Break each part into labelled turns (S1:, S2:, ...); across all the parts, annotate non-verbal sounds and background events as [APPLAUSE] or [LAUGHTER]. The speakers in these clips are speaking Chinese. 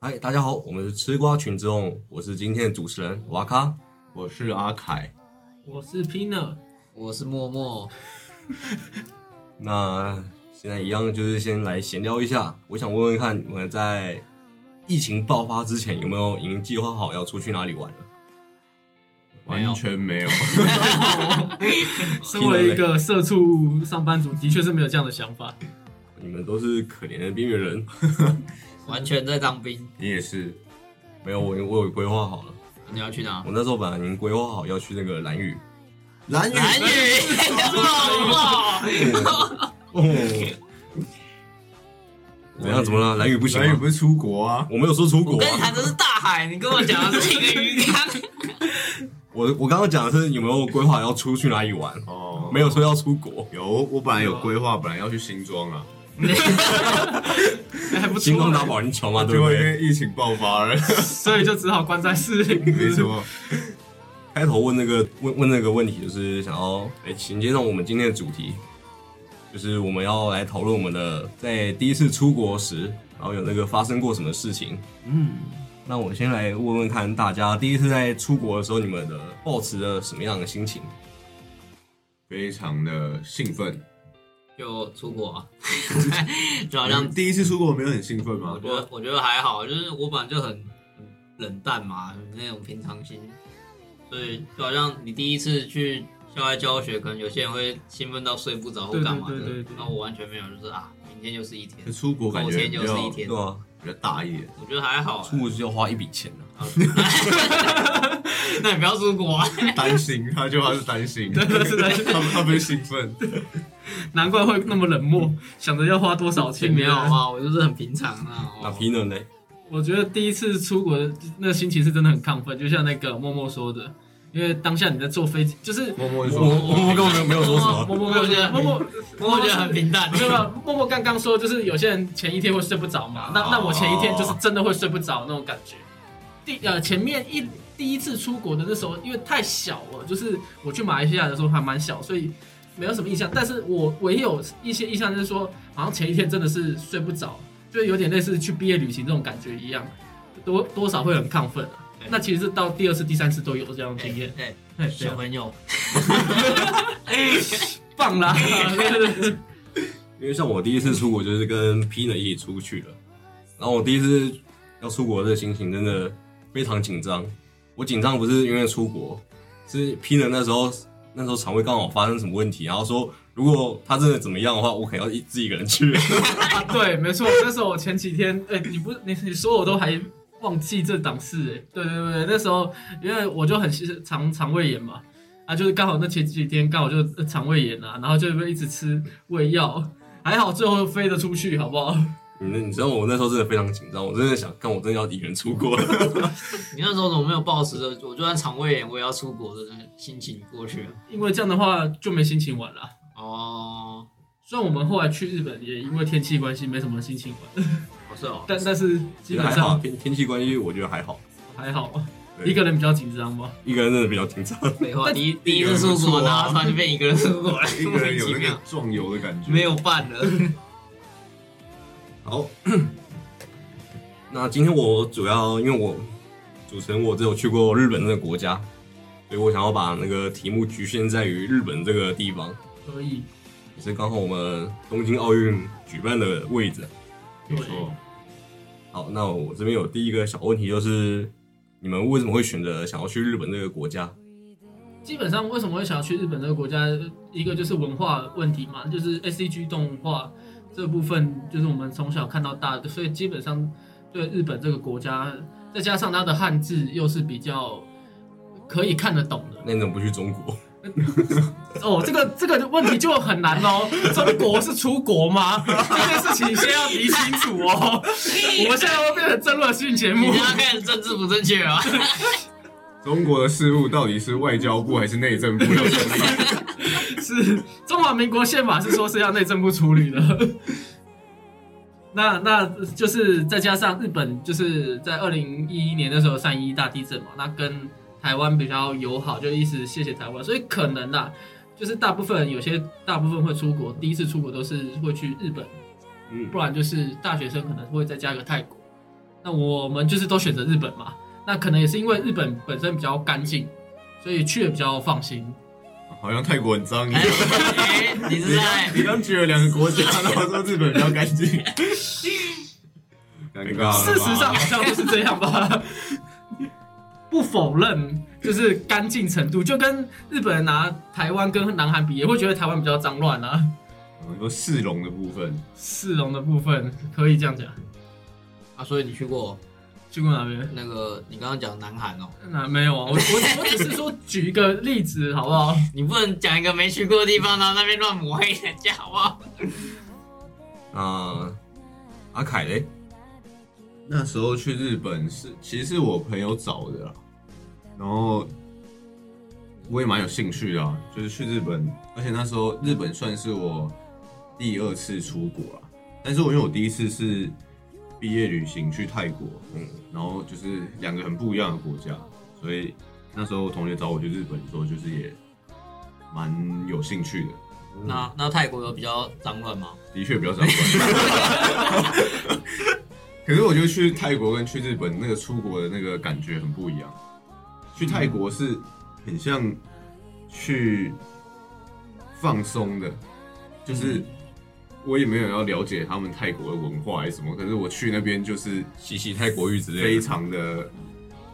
S1: 嗨，大家好，我们是吃瓜群众，我是今天的主持人瓦卡。
S2: 我是阿凯，
S3: 我是 Pina，
S4: 我是默默，
S1: 那现在一样就是先来闲聊一下，我想问问看你们在疫情爆发之前有没有已经计划好要出去哪里玩了？
S4: 没有
S2: 完全没有。
S3: 身为一个社畜上班族，的确是没有这样的想法。
S1: [LAUGHS] 你们都是可怜的边缘人， [LAUGHS]
S4: 完全在当兵。
S2: 你也是，
S1: 没有我我有规划好了，
S4: 你要去哪？
S1: 我那时候本来已经规划好要去那个蓝屿，
S2: 蓝宇
S4: 男女，哇
S1: 哦，怎样？怎么了？蓝屿不行
S2: 蓝宇
S1: 吗？
S2: 不是出国啊？
S1: 我没有说出
S4: 我
S1: 国、
S4: 跟你
S1: 啊
S4: 谈，的是大海，你跟我讲的是一个鱼缸。
S1: 我我刚刚讲的是有没有规划要出去哪里玩，
S2: 哦，
S1: 没有说要出国。
S2: 有，我本来有规划，本来要去新庄啊，
S3: 哎还不错
S1: 星光打保龄球啊嘛，对
S2: 结
S1: 不
S2: 果因
S1: 对？
S2: 为疫情爆发了，
S3: 所以就只好关在室里。
S2: 没错，
S1: 开头问那个问问那个问题，就是想要哎，衔接上我们今天的主题，就是我们要来讨论我们的在第一次出国时，然后有那个发生过什么事情。
S2: 嗯，
S1: 那我先来问问看大家，第一次在出国的时候，你们的抱持着什么样的心情？
S2: [LAUGHS] 非常的兴奋。
S4: 就出国啊，就好像
S2: 你第一次出国没有很兴奋
S4: 我
S2: 吗
S4: 觉？得我觉得还好，就是我本来就很很冷淡嘛，那种平常心，所以就好像你第一次去校外教学，可能有些人会兴奋到睡不着或干嘛
S3: 对
S4: 的，
S3: 对对对对
S4: 那我完全没有，就是啊，明天又是一天
S2: 就，出国感
S4: 后
S2: 觉
S4: 天
S2: 比
S4: 又
S2: 较
S4: 是一天
S1: 对，啊，
S2: 比较大一点，
S4: 我觉得还好、
S1: 出国就要花一笔钱的、
S4: 啊那你不要出国啊！
S2: 担心，他就他是担心，
S3: 对对是担心
S2: [LAUGHS] 他他不是兴奋，
S3: 难怪会那么冷漠，想着要花多少钱。
S4: 并没有啊，我就是很平常啊。
S1: 那
S4: 哦
S1: 皮呢呢？
S3: 我觉得第一次出国的那心情是真的很亢奋，就像那个默默说的，因为当下你在坐飞机，就是
S2: 默默
S1: 我
S2: 就
S1: 我
S2: 说，
S1: 我我根本没有没有说什么，
S3: 默默没有觉得默默
S4: 我觉得很平淡
S3: 没。有没有，默默刚刚说就是有些人前一天会睡不着嘛，那那我前一天就是真的会睡不着那种感觉。第呃前面一第一次出国的那时候，因为太小了，就是我去马来西亚的时候还蛮小，所以没有什么印象。但是我唯一有一些印象就是说，好像前一天真的是睡不着，就有点类似去毕业旅行这种感觉一样，多多少会很亢奋、啊
S4: 对。
S3: 那其实是到第二次、第三次都有这样的经验，
S4: 哎，
S3: 嘿对
S4: 小
S3: 啊
S4: 朋 [LAUGHS] 友，哎
S3: 棒
S4: [LAUGHS]
S3: 啦！ [LAUGHS] 对对对
S1: 因为像我第一次出国就是跟 Pina 一起出去了，然后我第一次要出国的心情真的非常紧张。我紧张不是因为出国，是 Pina 那时候那时候肠胃刚好发生什么问题，然后说如果他真的怎么样的话，我可能要一自己一个人去。 [LAUGHS]
S3: 啊， [LAUGHS] 对，没错，那时候我前几天，哎、你不，你你说我都还忘记这档事、哎，对对对，那时候因为我就很肠肠胃炎嘛，啊，就是刚好那前几天刚好就呃肠胃炎啊，然后就一直吃胃药，还好最后飞得出去，好不好？
S1: 你你知道我那时候真的非常紧张，我真的想看我真的要一个人出国了。
S4: 你那时候怎么没有抱持着我就算肠胃炎我也要出国的那心情过去啊？
S3: 因为这样的话就没心情玩了。
S4: 哦，
S3: 虽然我们后来去日本也因为天气关系没什么心情玩，
S4: 不是哦，
S3: 但但是基
S1: [LAUGHS] 其实还
S3: 本
S1: 好，
S3: 上
S1: 天天气关系我觉得还好，
S3: 还好，
S1: 对
S3: 一个人比较紧张嘛。
S1: 一个人真的比较紧张。
S4: 废话，
S3: 但
S4: 第一第一次出国，
S2: 一个人不错
S4: 然
S2: 啊
S4: 后突然就变一个人出
S2: [LAUGHS]
S4: 国了，
S2: [LAUGHS] 一个人
S4: 莫名
S2: 有那
S4: 其
S2: 个
S4: 妙
S2: 壮游的感觉，
S4: 没有伴 [LAUGHS] 了。
S1: 好，那今天我主要因为我主持人我只有去过日本这个国家，所以我想要把那个题目局限在于日本这个地方，
S3: 所以，
S1: 也是刚好我们东京奥运举办的位置。
S2: 没错，
S1: 好，那我这边有第一个小问题，就是你们为什么会选择想要去日本这个国家？
S3: 基本上为什么会想要去日本这个国家，一个就是文化问题嘛，就是 A C G 动画这部分，就是我们从小看到大的，所以基本上对日本这个国家，再加上它的汉字又是比较可以看得懂的。
S1: 那你怎么不去中国？
S3: 哦，这个这个问题就很难哦。中国是出国吗？这件事情先要理清楚哦。我们现在会变成争论性节
S4: 你
S3: 目
S4: 这。样开始政治不正确啊？
S2: 中国的事务到底是外交部还是内政部的权利？
S3: 是中华民国宪法是说是要内政部处理的。那那就是再加上日本就是在二零一一年的时候三一大地震嘛，那跟台湾比较友好，就一直谢谢台湾，所以可能啦，就是大部分有些大部分会出国，第一次出国都是会去日本，
S1: 嗯
S3: 不然就是大学生可能会再加个泰国，那我们就是都选择日本嘛。那可能也是因为日本本身比较干净，所以去的比较放心。
S2: [LAUGHS] 好像泰国很脏一样
S4: 哎。哎你是在
S2: 你刚举了两个国家，然后说日本比较干净，
S1: 尴尬。
S3: 事实上，好像就是这样吧。 [LAUGHS] 不否认，就是干净程度，就跟日本人拿台湾跟南韩比，也会觉得台湾比较脏乱啊。
S2: 我说市容的部分，
S3: 市容的部分可以这样讲。
S4: [LAUGHS] 啊？所以你去过
S3: 去过哪边？
S4: 那个？你刚刚讲南韩哦，
S3: 那没有啊，我我我只是说举一个例子，好不好？
S4: 你不能讲一个没去过的地方，然后那边乱抹黑人家，好不好？
S1: 啊，阿凯嘞，
S2: 那时候去日本是其实是我朋友找的啦，然后我也蛮有兴趣的、啊，就是去日本，而且那时候日本算是我第二次出国啦，但是我因为我第一次是毕业旅行去泰国，
S1: 嗯，
S2: 然后就是两个很不一样的国家，所以那时候同学找我去日本的时候，就是也蛮有兴趣的，
S4: 那那泰国有比较脏乱吗？
S2: 的确比较少管。 [LAUGHS] 可是我觉得去泰国跟去日本那个出国的那个感觉很不一样。去泰国是很像去放松的，
S4: 嗯
S2: 就是我也没有要了解他们泰国的文化还是什么，可是我去那边就是
S1: 洗洗泰国浴之类
S2: 非
S1: 的，
S2: 常的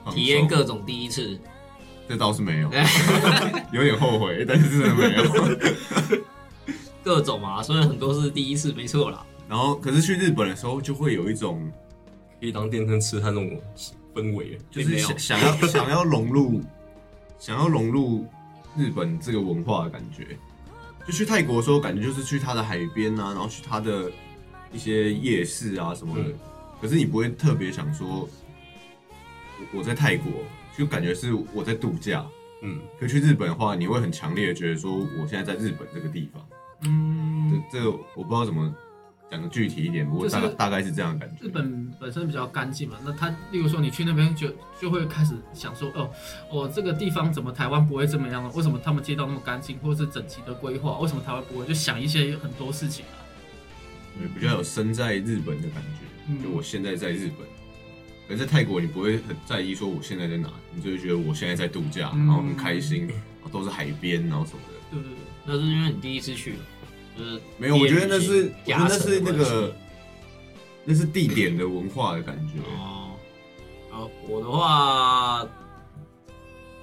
S2: 放松
S4: 体验各种第一次，
S2: 这倒是
S4: [LAUGHS]
S2: 没有，有点后悔，但是真的没有。 [LAUGHS]
S4: 各种啊，所以很多是第一次，没错啦。
S2: 然后可是去日本的时候就会有一种
S1: 可以当电灯痴汉那种氛围。
S2: 就
S4: 并
S2: 是
S4: 没有
S2: 想想要想要融入，想要融入日本这个文化的感觉。就去泰国的时候，感觉就是去它的海边啊，然后去它的一些夜市啊什么的。
S1: 嗯
S2: 可是你不会特别想说，我我在泰国，就感觉是我在度假。
S1: 嗯，
S2: 可去日本的话，你会很强烈的觉得说，我现在在日本这个地方。
S3: 嗯，
S2: 这这个我不知道怎么讲的具体一点，不
S3: 就
S2: 过
S3: 是
S2: 大概、大概是这样的感觉。
S3: 日本本身比较干净嘛，那他例如说你去那边就就会开始想说，哦，哦这个地方怎么台湾不会这么样呢？啊为什么他们街道那么干净，或是整齐的规划，为什么台湾不会？就想一些很多事情啊。
S2: 嗯比较有身在日本的感觉，
S3: 嗯
S2: 就我现在在日本。可是在泰国，你不会很在意说我现在在哪，你就会觉得我现在在度假，
S3: 嗯
S2: 然后很开心，然后都是海边，然后什么的。
S3: 对对对，
S4: 那是因为你第一次去，就是
S2: 没有，我觉得那是，我
S4: 第
S2: 觉
S4: 一
S2: 得
S4: 次
S2: 那是
S4: 加成
S2: 那
S4: 的关
S2: 个，那是地点的文化的感觉。
S4: 系哦。好，我的话，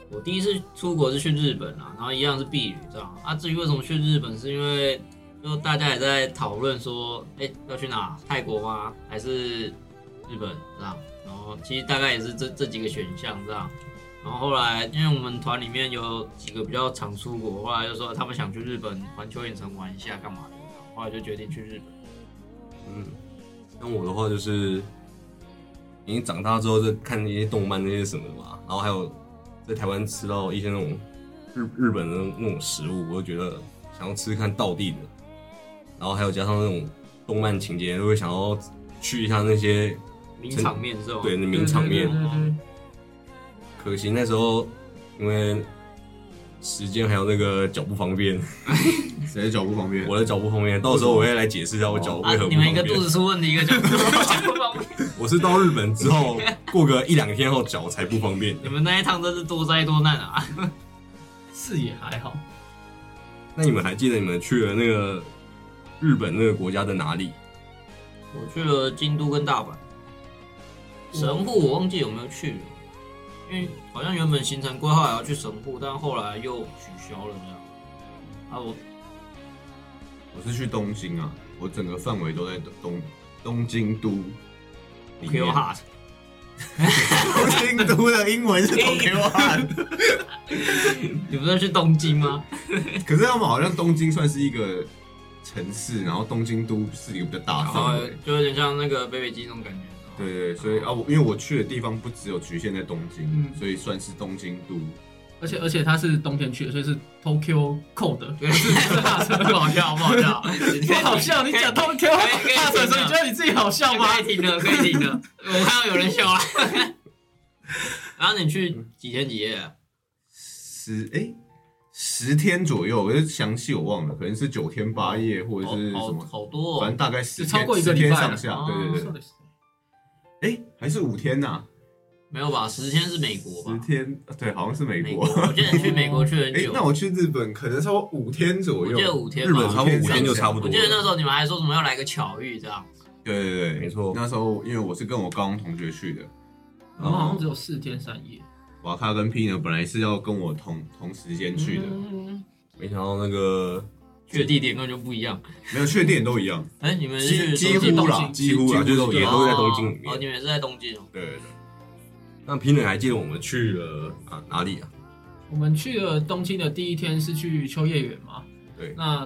S4: 我第一次出国是去日本啊，然后一样是避旅这样啊。至于为什么去日本，是因为就大家也在讨论说，哎、要去哪？泰国吗？还是日本这样？然后其实大概也是这这几个选项这样。然后后来，因为我们团里面有几个比较常出国，后来就说他们想去日本环球影城玩一下，干嘛的？后来就决定去日本。
S1: 嗯，像我的话就是，已经长大之后就看一些动漫那些什么的嘛，然后还有在台湾吃到一些那种日日本的那种食物，我就觉得想要吃吃看道地的，然后还有加上那种动漫情节，就会想要去一下那些
S4: 名场面是吧？
S1: 对那名场面
S3: 嗯对。对对对
S1: 可惜那时候因为时间还有那个脚不方便，
S2: 谁的脚不方便？
S1: 我的脚不方便，到时候我会来解释一下我脚
S4: 啊
S3: 哦
S1: 为何，不
S4: 你
S1: 方
S4: 们一个肚
S1: 便。
S4: 子出问题，一个脚 [LAUGHS] 脚不方便。
S1: 我是到日本之后，过个一两天后脚才不方便。
S4: 你们那一趟真是多灾多难啊！
S3: 是也还好，
S1: 那你们还记得你们去了那个日本那个国家的哪里？
S4: 我去了京都跟大阪，神户我忘记有没有去了，因为好像原本行程规划也要去神户，但后来又取消了这样。啊，我
S2: 我是去东京啊，我整个范围都在东东京都里
S4: Q
S2: 面。
S4: Heart，
S2: [LAUGHS] 东京都的英文是 Tokyo Hard
S4: 你不是去东京吗？
S2: 可是他们好像东京算是一个城市，然后东京都是一个比较大
S4: 然
S2: 的
S4: 后
S2: 范围。
S4: 就有点像那个北北基那种感觉。
S2: 对对，对所以啊，我因为我去的地方不只有局限在东京，
S3: 嗯
S2: 所以算是东京都。
S3: 而且而且它是冬天去的，所以是 Tokyo Cold。
S4: 对，不好 [LAUGHS] 笑，不好 [LAUGHS] 笑，
S3: 不好笑，你讲 Tokyo
S4: 可以
S3: Cold 的时候，你觉得你自己好笑吗？
S4: 可以停了，可以停了。 [LAUGHS] 我看到有人笑 [LAUGHS] 啊。然后你去几天几夜啊？
S2: 十哎、十天左右，可是详细我忘了，可能是九天八夜或者是什
S4: 哦好
S2: 么，
S4: 好好多、
S2: 反正
S4: 哦。
S2: 大概十
S3: 就
S2: 天
S3: 超过一个
S2: 十
S3: 礼
S2: 天
S3: 拜了
S2: 上下。对对对。
S3: 哦
S2: 哎、哎、还是五天呐、
S4: 没有吧？十天是美国
S2: 十
S4: 吧？
S2: 天，对，好像是美
S4: 美
S2: 国。 [LAUGHS]
S4: 我记得你去美国去很
S2: 哎、
S4: 久。
S2: 那我去日本可能差不多五天左
S4: 我
S2: 右。
S4: 记得五天
S1: 日
S4: 吧。
S1: 本差不多五天就差不
S4: 我
S1: 多
S4: 记得那时
S1: 了。
S4: 候你们还说什么要来个巧遇这样，
S2: 对对对，
S1: 没错
S2: 那时候因为我是跟我高中同学去的，
S3: 我们好像只有四天三夜
S2: 瓦卡跟 P 呢本来是要跟我同同时间去的，
S3: 嗯
S1: 没想到那个
S4: 去的地点根本就不一样。
S2: 没有去的点都一样，
S4: 哎，你们
S2: 几
S4: 是
S2: 几
S3: 都是
S2: 乎
S3: 东
S2: 啦，
S3: 京
S1: 几乎啦，
S2: 几
S1: 就
S2: 乎都
S1: 是
S2: 一
S1: 也
S2: 样。
S1: 都是在东京里
S4: 哦，你
S1: 面。
S4: 们是在东京哦。
S1: 对对对。那 P 呢？还记得我们去了啊哪里啊？
S3: 我们去了东京的第一天是去秋叶原嘛，
S1: 对，
S3: 那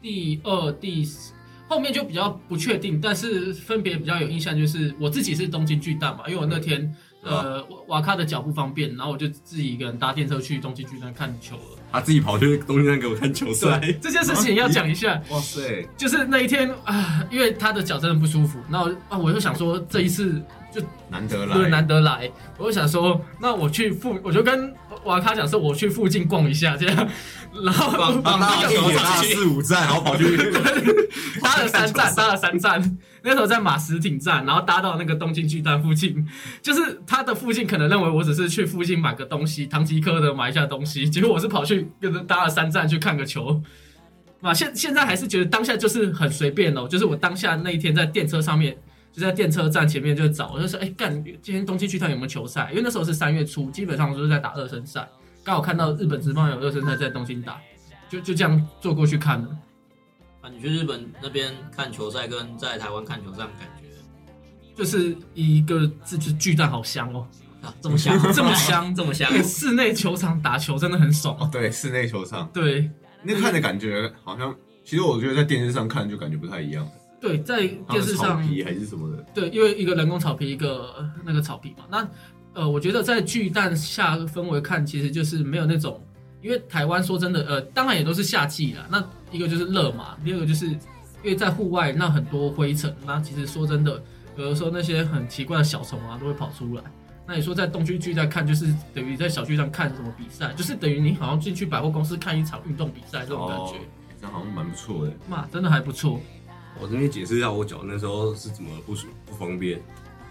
S3: 第二、第四后面就比较不确定，但是分别比较有印象，就是我自己是东京巨蛋嘛，因为我那天、
S1: 啊
S3: 呃瓦瓦卡的脚不方便，然后我就自己一个人搭电车去东京巨蛋看球了。
S1: 他自己跑去东京站给我看球赛。
S3: 对，这件事情要讲一下，
S2: 哇塞，
S3: 就是那一天啊，因为他的脚真的不舒服，那我啊我就想说这一次就
S2: 难得
S3: 对，
S2: 来，
S3: 难得来，我就想说，那我去附，我就跟瓦卡讲说，我去附近逛一下这样，然后
S1: 他
S4: 逛逛
S1: 搭地铁搭四五站，然后跑去
S3: [LAUGHS] 搭了三站，搭了三站，那时候在马石町站，然后搭到那个东京巨蛋附近，就是他的附近可能认为我只是去附近买个东西，唐吉诃德买一下东西，结果我是跑去跟他搭了三站去看个球。那现现在还是觉得当下就是很随便哦，就是我当下那一天在电车上面，就在电车站前面就找，我就说，哎、干，今天东京巨蛋有没有球赛？因为那时候是三月初，基本上都是在打热身赛，刚好看到日本职棒有热身赛在东京打，就就这样坐过去看了。
S4: 啊，你去日本那边看球赛跟在台湾看球赛感觉
S3: 就是一个这就是巨蛋好香哦，，
S4: 啊，这么香
S3: 这么香
S4: [LAUGHS] 这么香。
S3: 室内球场打球真的很爽
S2: 哦
S3: 哦。
S2: 对，室内球场，
S3: 对
S2: 那看的感觉好像，其实我觉得在电视上看就感觉不太一样，
S3: 对，在电视
S2: 好像
S3: 上
S2: 草皮还是什么的，
S3: 对，因为一个人工草皮，一个呃那个草皮嘛。那呃，我觉得在巨蛋下氛围看，其实就是没有那种，因为台湾说真的，呃，当然也都是夏季啦。那一个就是热嘛，第二个就是因为在户外，那很多灰尘，那其实说真的，有的时候那些很奇怪的小虫啊都会跑出来。那你说在东区巨蛋看，就是等于在小巨蛋看什么比赛，就是等于你好像进去百货公司看一场运动比赛这种感觉，
S2: 哦这样好像蛮不错的。
S3: 嘛，真的还不错。
S1: [LAUGHS] 我这边解释一下，我脚那时候是怎么不舒不方便，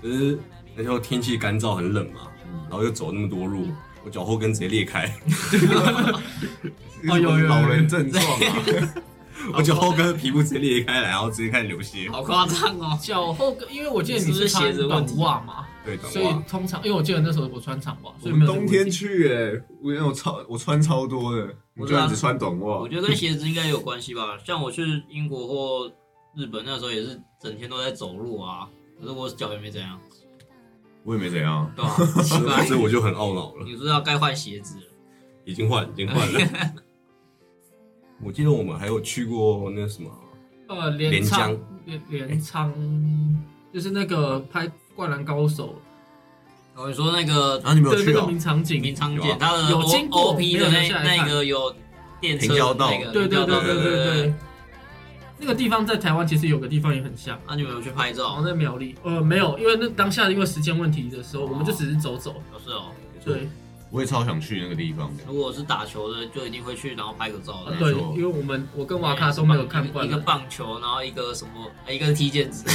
S1: 就是那时候天气干燥很冷嘛，然后又走那么多路，我脚后跟直接裂开，
S3: 哦有有有
S2: 老人症
S3: [LAUGHS]
S2: 状啊，
S1: [LAUGHS] 我脚后跟皮肤直接裂开来，然后直接开始流血。
S4: 好夸张哦！
S3: 脚后跟，因为我记得你
S4: 是不是
S3: 穿
S4: 鞋子的问
S3: 短
S4: 题
S3: 袜嘛，
S1: 对，短 [LAUGHS]
S3: 所以
S1: 袜。
S3: 通常，因为我记得那时候我穿长袜，
S2: 我
S3: 所以没
S2: 们
S3: 有这个
S2: 冬
S3: 问
S2: 天
S3: 题
S2: 去哎、我我超我穿超多的，我居然只穿短袜
S4: 我，觉得跟鞋子应该有关系吧。像我去英国或日本那时候也是整天都在走路啊，可是我脚也没怎样，
S2: 我也没怎样。
S4: 对吧、啊？奇
S1: [LAUGHS]
S4: 怪
S1: 所以我就很懊恼了，
S4: 你不知道该换鞋子了。
S1: 已经换，已经换
S4: [LAUGHS]
S1: 了。我记得我们还有去过那什么，
S3: 呃，镰仓，镰镰仓就是那个拍《灌篮高手
S4: 哦，你说那个
S2: 然后你》没有
S3: 的那
S2: 去
S3: 个
S2: 哦、
S3: 名场景，
S4: 名昌
S1: 有啊
S4: 店，它的
S3: 有
S4: O-
S3: 经过
S4: OP
S3: 没有
S4: 的
S3: 留
S4: 那
S3: 下来
S4: 那
S3: 看
S4: 个有电车
S2: 平交道
S4: 那个
S3: 对对
S4: 平
S3: 对
S4: 交道
S3: 对
S4: 对
S3: 对
S4: 对
S3: 对。，那个地方在台湾其实有个地方也很像，
S4: 啊那你们有去拍
S3: 好
S4: 照
S3: 像？在苗栗，呃，没有，因为那当下因为时间问题的时候，我们就只是走走，
S4: 不是哦，
S3: 对，
S2: 我也超想去那个地方的。
S4: 如果是打球的，就一定会去，然后拍个照
S3: 啊
S4: 的。
S3: 对
S2: 没，错
S3: 因为我们我跟瓦卡都没有看
S4: 一
S3: 灌
S4: 个
S3: 篮，
S4: 棒球，然后一个什么，哎一个踢毽
S1: [LAUGHS]
S4: 子，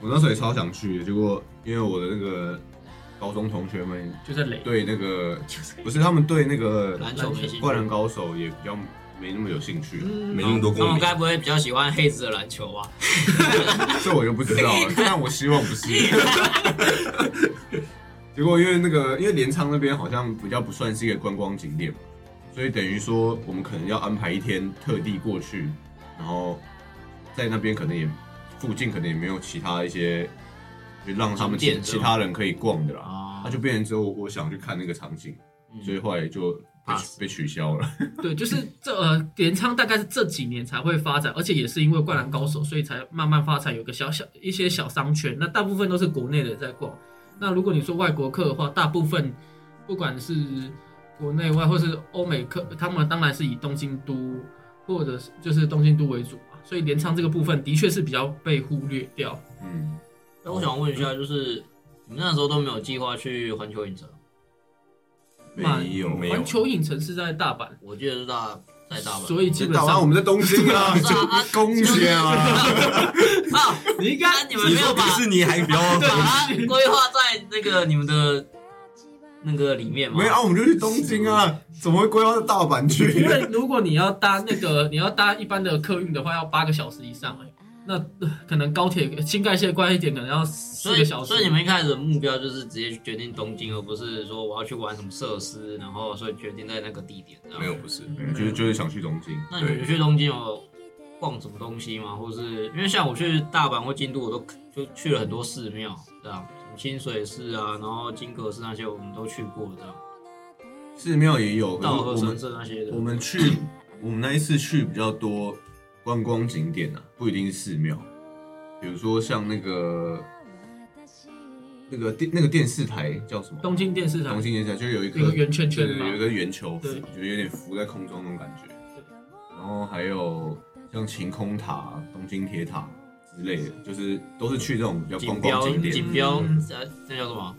S2: 我那时候也超想去的，结果因为我的那个高中同学们
S3: 就在垒，
S2: 对那个不是他们对那个
S4: 篮球没兴趣
S2: 灌篮高手也比较没那么有兴趣，
S3: 嗯
S1: 没那么多
S4: 他
S1: 公
S4: 们
S1: 里，
S4: 该不会比较喜欢黑子的篮球吧？
S2: [LAUGHS] 这我就不知道
S4: [LAUGHS]
S2: 了。但我希望不是。结果因为那个因为镰仓那边好像比较不算是一个观光景点嘛，所以等于说我们可能要安排一天特地过去，然后在那边可能也附近可能也没有其他一些就让他们
S4: 景
S2: 其
S4: 点
S2: 其他人可以逛的啦。
S4: 啊
S2: 那就变成之后，我想去看那个场景，所以后来就被
S4: 嗯 Pass
S2: 被取消了。
S3: 对，就是这呃，镰仓大概是这几年才会发展，而且也是因为《灌篮高手》，所以才慢慢发展有个小小一些小商圈。那大部分都是国内的在逛。那如果你说外国客的话，大部分不管是国内外或是欧美客，他们当然是以东京都或者是就是东京都为主嘛。所以镰仓这个部分的确是比较被忽略掉。
S2: 嗯，
S4: 那我
S1: 哦
S4: 想问一下，就是你们那时候都没有计划去环球影城？
S3: 那
S2: 没有
S1: 没有
S3: 环球影城是在大阪，
S4: 我记得是大在大阪，
S3: 所以基
S2: 这
S3: 本
S2: 啊打完我
S1: [LAUGHS]
S4: [LAUGHS]
S3: 上
S2: 们在东京啊，
S4: 是啊啊
S2: 公爵啊，
S4: [LAUGHS] 啊，
S3: 你应该
S4: 那你们
S1: 你
S4: 没有
S1: 说迪
S4: 把
S1: 士尼还比较 [LAUGHS]
S4: 把它规划在那个你们的那个里面吗？
S2: 没有啊，我们就去东京啊，怎么会规划到大阪去
S3: [LAUGHS] 因？为如果你要搭那个， [LAUGHS] 你要搭一般的客运的话，要八个小时以上哎、那呃可能高铁新干线快一点，可能要四
S4: 所以
S3: 个小时。
S4: 所以你们一开始的目标就是直接决定东京，而不是说我要去玩什么设施，然后所以决定在那个地点。这样
S1: 没有，不是，
S2: 就是就是想去东京，
S4: 那你们去东京有逛什么东西吗？或是因为像我去大阪或京都，我都就去了很多寺庙，这样什么清水寺啊，然后金阁寺那些我们都去过，这样
S2: 寺庙也有，可
S4: 道
S2: 是
S4: 和
S2: 我
S4: 神
S2: 们
S4: 社那些的
S2: 我。们去，我们那一次去比较多观光景点啊，不一定是寺庙，比如说像那个那个电那个电视台叫什么？
S3: 东京电视台
S2: 东京电视台就有一个
S3: 有个圆圈圈
S2: 对
S3: 嘛
S2: 有一个圆球，
S3: 对
S2: 就是有点浮在空中那种感觉。然后还有像晴空塔、东京铁塔之类的，就是都是去这种比较观
S4: 锦
S2: 光
S4: 标
S2: 景点，
S4: 锦标
S3: 嗯
S4: 呃，那叫什么？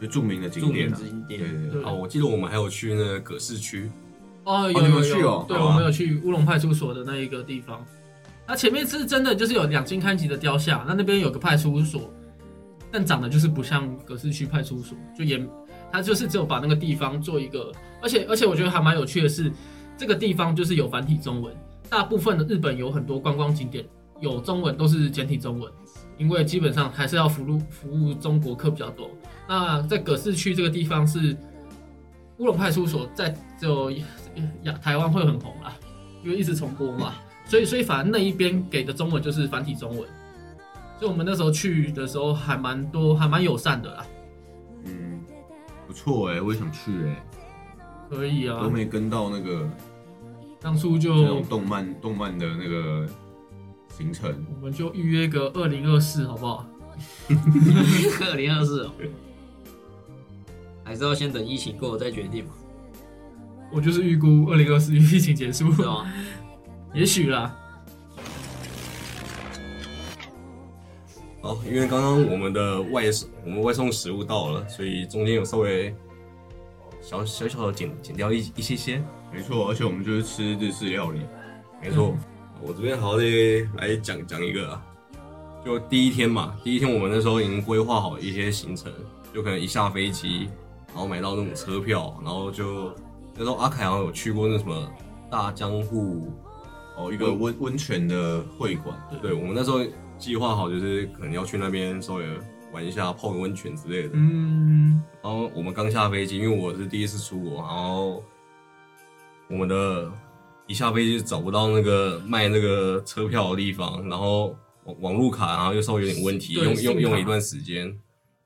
S2: 就著名的景
S4: 著
S2: 点
S4: 名
S2: 啊。
S4: 景
S2: 对对
S4: 点。
S2: 对
S3: 对
S1: 哦，我记得我们还有去那个葛饰区，
S3: 哦，有
S2: 你
S3: 有
S2: 们去哦
S3: 对，
S2: 好啊
S3: 我们有去乌龙派出所的那一个地方。那前面是真的就是有两金刊吉的雕像，那那边有个派出所，但长得就是不像葛饰区派出所，就也他就是只有把那个地方做一个，而且而且我觉得还蛮有趣的是，这个地方就是有繁体中文，大部分的日本有很多观光景点有中文都是简体中文，因为基本上还是要服务服务中国客比较多。那在葛饰区这个地方是乌龙派出所在只有亚台湾会很红啦，因为一直重播
S4: [LAUGHS]
S3: 嘛，所以所以反正那一边给的中文就是繁体中文，所以我们那时候去的时候还蛮多，还蛮友善的啦，
S2: 嗯，不错哎、我也想去哎、
S3: 可以
S2: 都
S3: 啊，
S2: 没跟到那个
S3: 当初
S2: 这种
S3: 就
S2: 动漫动漫的那个行程。
S3: 我们就预约个二零二四好不好？
S4: [LAUGHS] 二零二四，哦还是要先等疫情过了再决定嘛，
S3: 我就是预估二零二四疫情结束，
S4: 对啊吗？
S3: 也许啦，
S1: 哦，因为刚刚我们的外送，我们外送食物到了，所以中间有稍微哦小小小的减减掉一一些些。
S2: 没错，而且我们就是吃日式料理，
S1: 没错，我这边好像得来讲讲一个啊，就第一天嘛，第一天我们那时候已经规划好一些行程，就可能一下飞机，然后买到那种车票，然后就那时候阿凯好像有去过那什么大江户，
S2: 哦，一个温温泉的会馆，
S1: 对我们那时候计划好就是可能要去那边稍微玩一下，泡个温泉之类的。
S3: 嗯，
S1: 然后我们刚下飞机，因为我是第一次出国，然后我们的一下飞机就找不到那个卖那个车票的地方，然后网网路卡，然后又稍微有点问题，
S3: 对
S1: 用
S3: 信
S1: 用
S3: 卡
S1: 用了一段时间。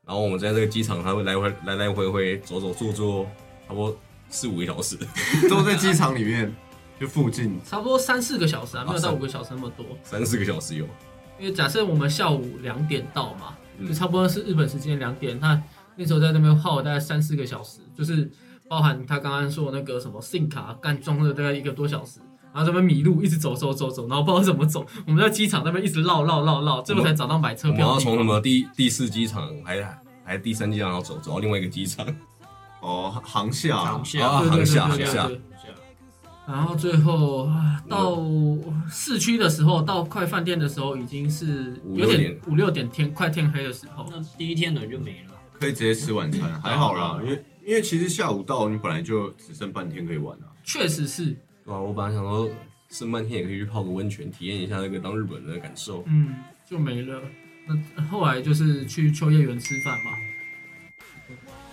S1: 然后我们在这个机场，他会来回来来回回走走坐坐，差不多四五个小时，
S2: 都在机场里面，就附近。
S3: 差不多三四个小时啊，没
S1: 啊
S3: 有到
S1: 三
S3: 五个小时那么多，
S1: 三四个小
S3: [LAUGHS]
S1: 时有。
S3: 因为假设我们下午两点到嘛，
S1: 嗯
S3: 就差不多是日本时间两点。那那时候在那边耗了大概三四个小时，就是包含他刚刚说的那个什么信卡干装了大概一个多小时，然后这边迷路，一直走走走走，然后不知道怎么走。我们在机场那边一直绕绕绕绕，最
S1: 嗯
S3: 后才找到买
S1: 我
S3: 车
S1: 们
S3: 票
S1: 要
S3: 的地
S1: 从
S3: 方。
S1: 什么第第四机场还还第三机场，然后走走到另外一个机场，
S2: 哦，航厦，
S4: 航厦
S1: 啊
S3: [LAUGHS] 对对
S1: 航
S3: 对
S1: 下
S3: 对
S1: 航
S3: 对
S1: 下
S3: 对。然后最后啊到市区的时候，到快饭店的时候，已经是
S1: 五
S3: 有
S1: 六
S3: 点
S1: 点
S3: 五六点天快天黑的时候。
S4: 那第一天等于就没了。
S2: 可以直接吃晚餐，啊嗯还好啦，因为因为其实下午到，你本来就只剩半天可以玩啊。
S3: 确实是，
S1: 对吧、我本来想说剩半天也可以去泡个温泉，体验一下那个当日本人的感受。
S3: 嗯，就没了。那后来就是去秋叶原吃饭嘛，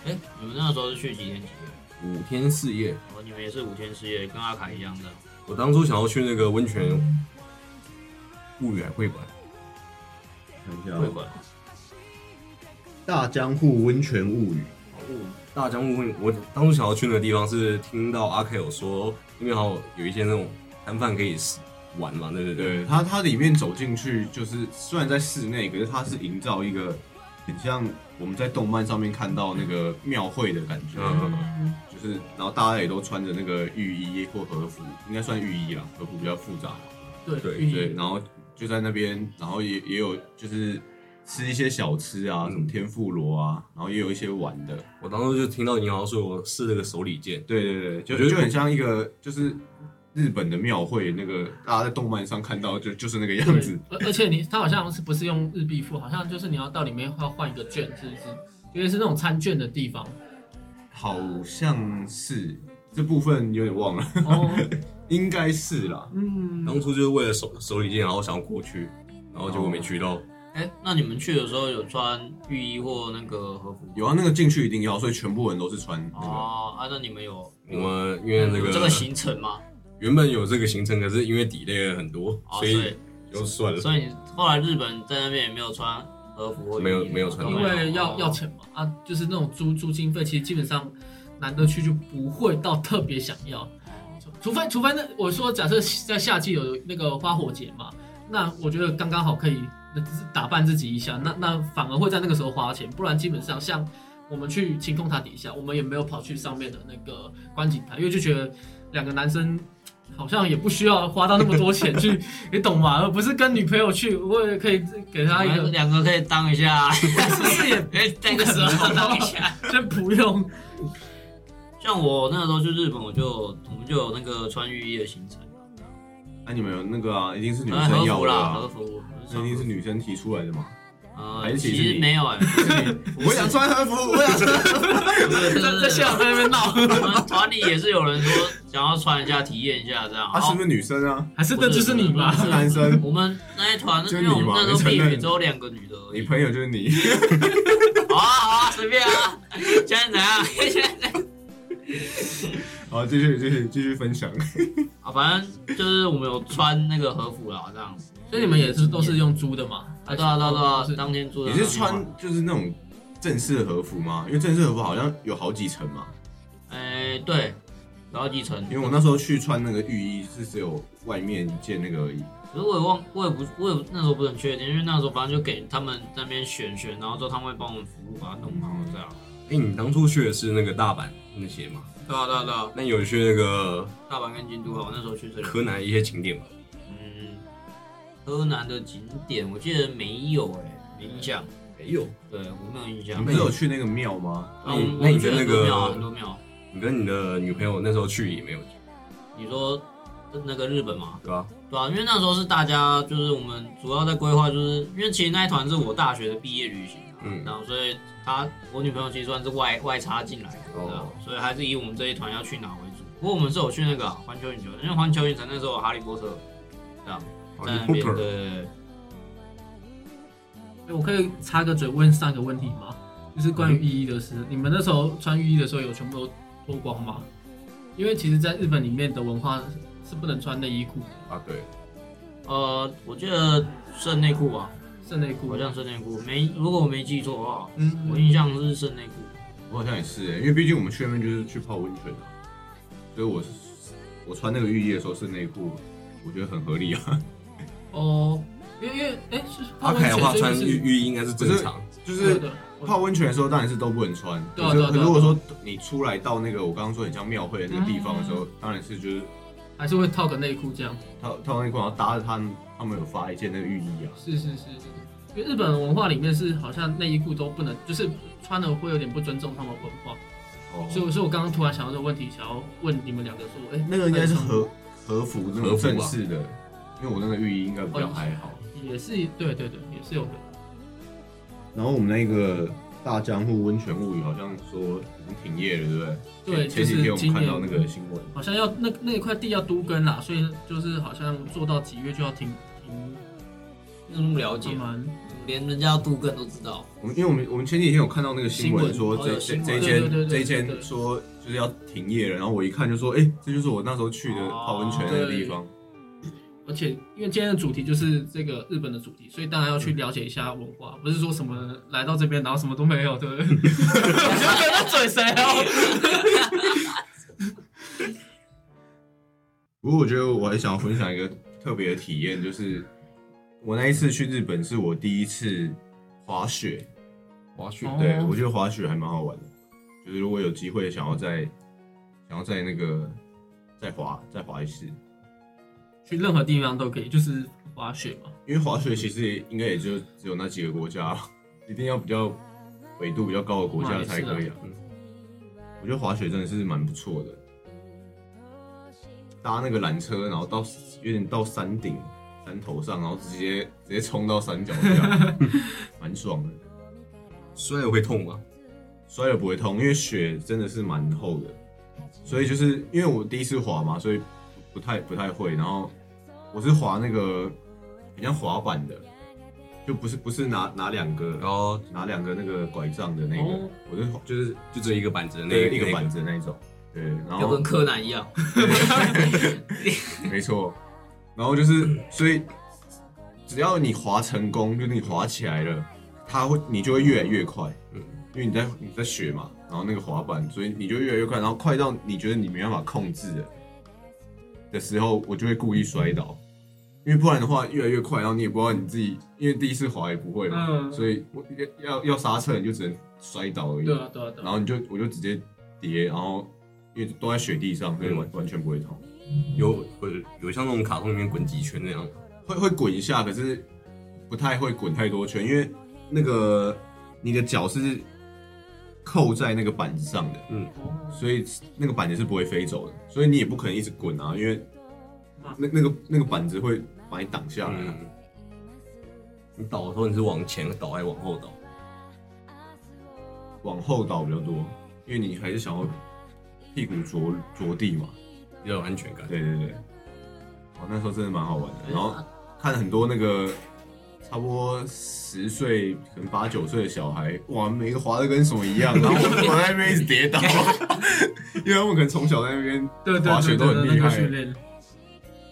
S4: 哎，你们那时候是去几天几夜？
S1: 五天四夜，
S4: 哦，你们也是五天四夜，跟阿凯一样的。
S1: 我当初想要去那个温泉物语海会馆，
S2: 看一下
S4: 会馆
S2: 大江户温泉物语，
S1: 大江户会。我当初想要去那个地方是听到阿 K 有说那边好像有一些那种摊贩可以玩嘛，对不对？
S2: 对它它里面走进去，就是虽然在室内，可是它是营造一个很像我们在动漫上面看到那个庙会的感觉，
S1: 嗯
S2: 就是然后大家也都穿着那个浴衣或和服，应该算浴衣啦，和服比较复杂嘛。
S3: 对
S1: 对
S3: 寓意
S2: 对，然后就在那边，然后也也有就是吃一些小吃啊，什么天妇罗啊，然后也有一些玩的。
S1: 我当初就听到你好像说我试那个手里剑，
S2: 对对对，就
S1: 我觉得
S2: 就很像一个就是日本的庙会那个大家在动漫上看到就就是那个
S3: 对
S2: 样子，
S3: 而而且你，他好像是不是用日币付？好像就是你要到里面要换一个券，是不是？因为是那种餐券的地方。
S2: 好像是这部分有点忘了，
S3: 哦，
S2: 应该是啦。
S1: [LAUGHS]
S3: 嗯，
S1: 当初就是为了手手里剑，然后想要过去，然后结果没去到。
S4: 哎、那你们去的时候有穿浴衣或那个和服吗？
S2: 有啊，那个进去一定要，所以全部人都是穿那个。
S4: 哦，啊，那你们有
S1: 我们因为那
S4: 嗯有
S1: 个
S4: 这个行程吗？
S1: 原本有这个行程，可是因为 delay 了很多，
S4: 哦，
S1: 所
S4: 所
S1: 以
S4: 以
S1: 就算了。
S4: 所以你后来日本在那边也没有穿和服或浴衣
S1: 没有没有穿
S4: 都
S3: 因
S4: 没有
S3: 为要
S4: 哦
S3: 要钱嘛，啊，就是那种租租经费，其实基本上难得去就不会到特别想要，除除非除非那我说假设在夏季有那个花火节嘛，那我觉得刚刚好可以呃打扮自己一下，那那反而会在那个时候花钱，不然基本上像我们去晴空塔底下，我们也没有跑去上面的那个观景台，因为就觉得两个男生。好像也不需要花到那么多钱
S4: [LAUGHS]
S3: 去，你懂吗？而不是跟女朋友去，我也可以给她一
S4: 你
S3: 个
S4: 们两个可以当一下，
S3: 是不是也
S4: 可以那个时候当一下。
S3: 先不用？
S4: 像我那个时候去日本，我就我们就有那个穿浴衣的行程，
S2: 那、你们有那个啊，一定是女
S4: 当然和
S2: 生要
S4: 服
S2: 的
S4: 啦，和
S2: 啊，
S4: 服。
S2: 那一定是女生提出来的嘛。
S4: 呃，
S2: 还是
S4: 其
S2: 其实
S4: 实没有哎，
S2: [LAUGHS] 我想穿和服，我想穿。
S4: 不是就
S3: 在在
S4: 是
S3: 现场在那边闹，
S4: 我们团里也是有人说想要穿一下体验一下这样。
S2: 她是不是女生啊？
S3: 还是这就是你
S4: 吧？
S3: 吧？
S4: 不是
S2: 男生
S4: 我们那一团，
S2: 就
S4: 因
S2: 是你
S4: 为
S2: 嘛
S4: 我们那时候避
S2: 承
S4: 雨
S2: 认
S4: 只有两个女的而
S2: 你
S4: 已。
S2: 朋友就是你，
S4: [LAUGHS] 好啊好啊，随便啊。现在怎样？现在怎样
S2: 好，继续继续继续分享。
S4: 啊，反正就是我们有穿那个和服啦，这样子。
S3: 所以你们也是都是用租的嘛？
S4: 啊，对啊对啊对啊
S3: 都，是
S4: 当天住的。
S2: 你是穿就是那种正式的和服吗？因为正式和服好像有好几层嘛。
S4: 哎，对，然后几层。
S2: 因为我那时候去穿那个浴衣是只有外面一件那个而已。
S4: 可是我也忘，我也不，我也那时候不是很确定，因为那时候反正就给他们那边选选，然后之后他们会帮我们服务把它弄好这样。
S1: 哎、你当初去的是那个大阪那些嘛？
S4: 对啊对啊对啊，
S1: 那有去那个
S4: 大阪跟京都啊，我那时候去这里。
S1: 柯南一些景点吧？
S4: 嗯，柯南的景点我记得没有哎、没印象。
S1: 没有，
S4: 对我没有印
S2: 你
S4: 象。
S2: 不是有去那个庙吗？
S4: 然后我们
S1: 那
S4: 我
S1: 你
S4: 们去
S1: 那
S4: 很
S1: 你
S4: 多
S1: 的那个
S4: 庙啊很多庙。
S1: 你跟你的女朋友那时候去也没有去，
S4: 你说那个日本嘛，
S1: 对吧？
S4: 对啊，因为那时候是大家就是我们主要在规划，就是因为其实那一团是我大学的毕业旅行、啊，
S1: 嗯
S4: 然后所以她我女朋友其实算是外外插进来的，
S1: 哦
S4: 对啊，所以还是以我们这一团要去哪为主。不过我们是有去那个啊环、球影城，因为环球影城那时候有哈利波特，对啊，在那边
S1: Potter
S4: 对
S3: 哎我可以插个嘴问上一个问题吗？就是关于
S4: 嗯
S3: 浴衣的事，你们那时候穿浴衣的时候有全部都脱光吗？因为其实，在日本里面的文化是不能穿内衣裤的，
S1: 啊，对，
S4: 呃，我记得剩内裤吧，
S3: 是内裤
S4: 好。像剩内裤，没如果我没记错的话，我
S3: 嗯，
S4: 印象是剩内裤。
S2: 我好像也是、欸，因为毕竟我们去那边就是去泡温泉啊，所以我是我穿那个浴衣的时候是内裤，我觉得很合理
S3: [LAUGHS]
S2: 啊。
S3: 哦，因为因为哎，是泡
S1: 阿
S3: 温
S1: 啊凯的话
S3: 泉
S1: 穿
S3: 所以
S1: 浴
S3: 是
S1: 浴衣应该是正常，
S2: 就是
S3: 对
S2: 泡温泉的时候当然是都不能穿，
S3: 对啊
S2: 可是
S3: 对啊对啊嗯
S2: 如果说你出来到那个我刚刚说很像庙会的那个地方的时候，当然是就是
S3: 还是会套个内裤这样。
S2: 套套内裤，然后搭着他们他们有发一件那个浴衣啊。
S3: 是是是是，因为日本文化里面是好像内衣裤都不能，就是穿了会有点不尊重他们文化。所以
S2: 哦，
S3: 我说我刚刚突然想到这个问题，想要问你们两个说，哎、
S2: 那个应该是和和服那
S1: 和
S2: 种
S1: 服啊
S2: 正式的，因为我那个浴衣应该比较
S3: 哦
S2: 还好。
S3: 也是对对对，也是有的。
S2: 然后我们那个大江户温泉物语好像说已经停业了，对不对？
S3: 对，
S2: 前
S3: 就
S2: 几天
S3: 是
S2: 我
S3: 今
S2: 们看
S3: 年
S2: 到那个新闻，
S3: 好像要那那一块地要都跟啦，所以就是好像做到几月就要停停
S4: 那么了解
S3: 他，们。
S4: 连人家杜根都知道。
S2: 我们因为我们我们前几天有看到那个新
S4: 新
S2: 闻
S4: 闻
S2: 说
S4: 哦
S2: 这
S4: 有
S2: 这
S4: 新闻
S2: 这一
S3: 对对对对
S2: 间这一
S3: 对对
S2: 间说就是要停业了，然后我一看就说，哎、这就是我那时候去的泡温泉那个地
S3: 哦
S2: 方，
S3: 而且因为今天的主题就是这个日本的主题，所以当然要去了解一下文化，不是说什么来到这边然后什么都没有，对不对？我觉得嘴谁哦？
S2: 不过我觉得我还想要分享一个特别的体验，就是我那一次去日本是我第一次滑雪，
S1: 滑雪
S3: 哦
S2: 对我觉得滑雪还蛮好玩的，就是如果有机会想要再想要再那个再滑再滑一次，
S3: 去任何地方都可以，就是滑雪嘛。
S2: 因为滑雪其实也应该也就只有那几个国家，一定要比较纬度比较高的国家才可以啊。我觉得滑雪真的是蛮不错的。搭那个缆车，然后到有点到山顶山头上，然后直接直接冲到山脚下，蛮爽的。
S1: 摔了会痛吗？
S2: 摔了不会痛，因为雪真的是蛮厚的，所以就是因为我第一次滑嘛，所以不太不太会。然后我是滑那个很像滑板的，就不是不是拿拿两个，然
S1: 然
S2: 后
S1: 后
S2: 拿两个那个拐杖的那个，
S3: 哦
S2: 我是就是
S1: 就只有一个板子的那
S2: 那
S1: 个
S2: 一个板
S1: 子，
S2: 子那一种，对，然
S4: 就
S2: 后
S4: 跟柯南一样，
S1: 哦
S2: 没错，然后就是所以只要你滑成功，就是你滑起来了，它会你就会越来越快，嗯
S1: 嗯，
S2: 因为你在你在雪嘛，然后那个滑板，所以你就越来越快，然后快到你觉得你没办法控制了的时候，我就会故意摔倒，因为不然的话越来越快，然后你也不知道你自己，因为第一次滑也不会嘛，
S3: 嗯
S2: 所以我要要要刹车你就只能摔倒而已，
S3: 对啊对啊对
S2: 然
S3: 啊，
S2: 后你就我就直接跌，然后因为都在雪地上，所以完
S3: 嗯
S2: 完全不会痛。
S1: 有有有像那种卡通里面滚几圈那样，
S2: 会会滚一下，可是不太会滚太多圈，因为那个你的脚是扣在那个板子上的，
S1: 嗯，
S2: 所以那个板子是不会飞走的，所以你也不可能一直滚啊，因为那那个那个板子会把你挡下来啊、
S1: 嗯，你倒的时候你是往前倒还是往后倒？
S2: 往后倒比较多，因为你还是想要屁股着着地嘛。
S1: 比较有安全感。
S2: 对对对，哦，那时候真的蛮好玩的，然后看很多那个。差不多十岁，可能八九岁的小孩，哇，每个滑的跟什么一样，然后我在那边一直跌倒，因为他们可能从小在那边，
S3: 对对
S2: 滑雪
S3: 对对
S2: 都很
S3: 对，那
S2: 厉
S3: 就
S2: 害
S3: 训练，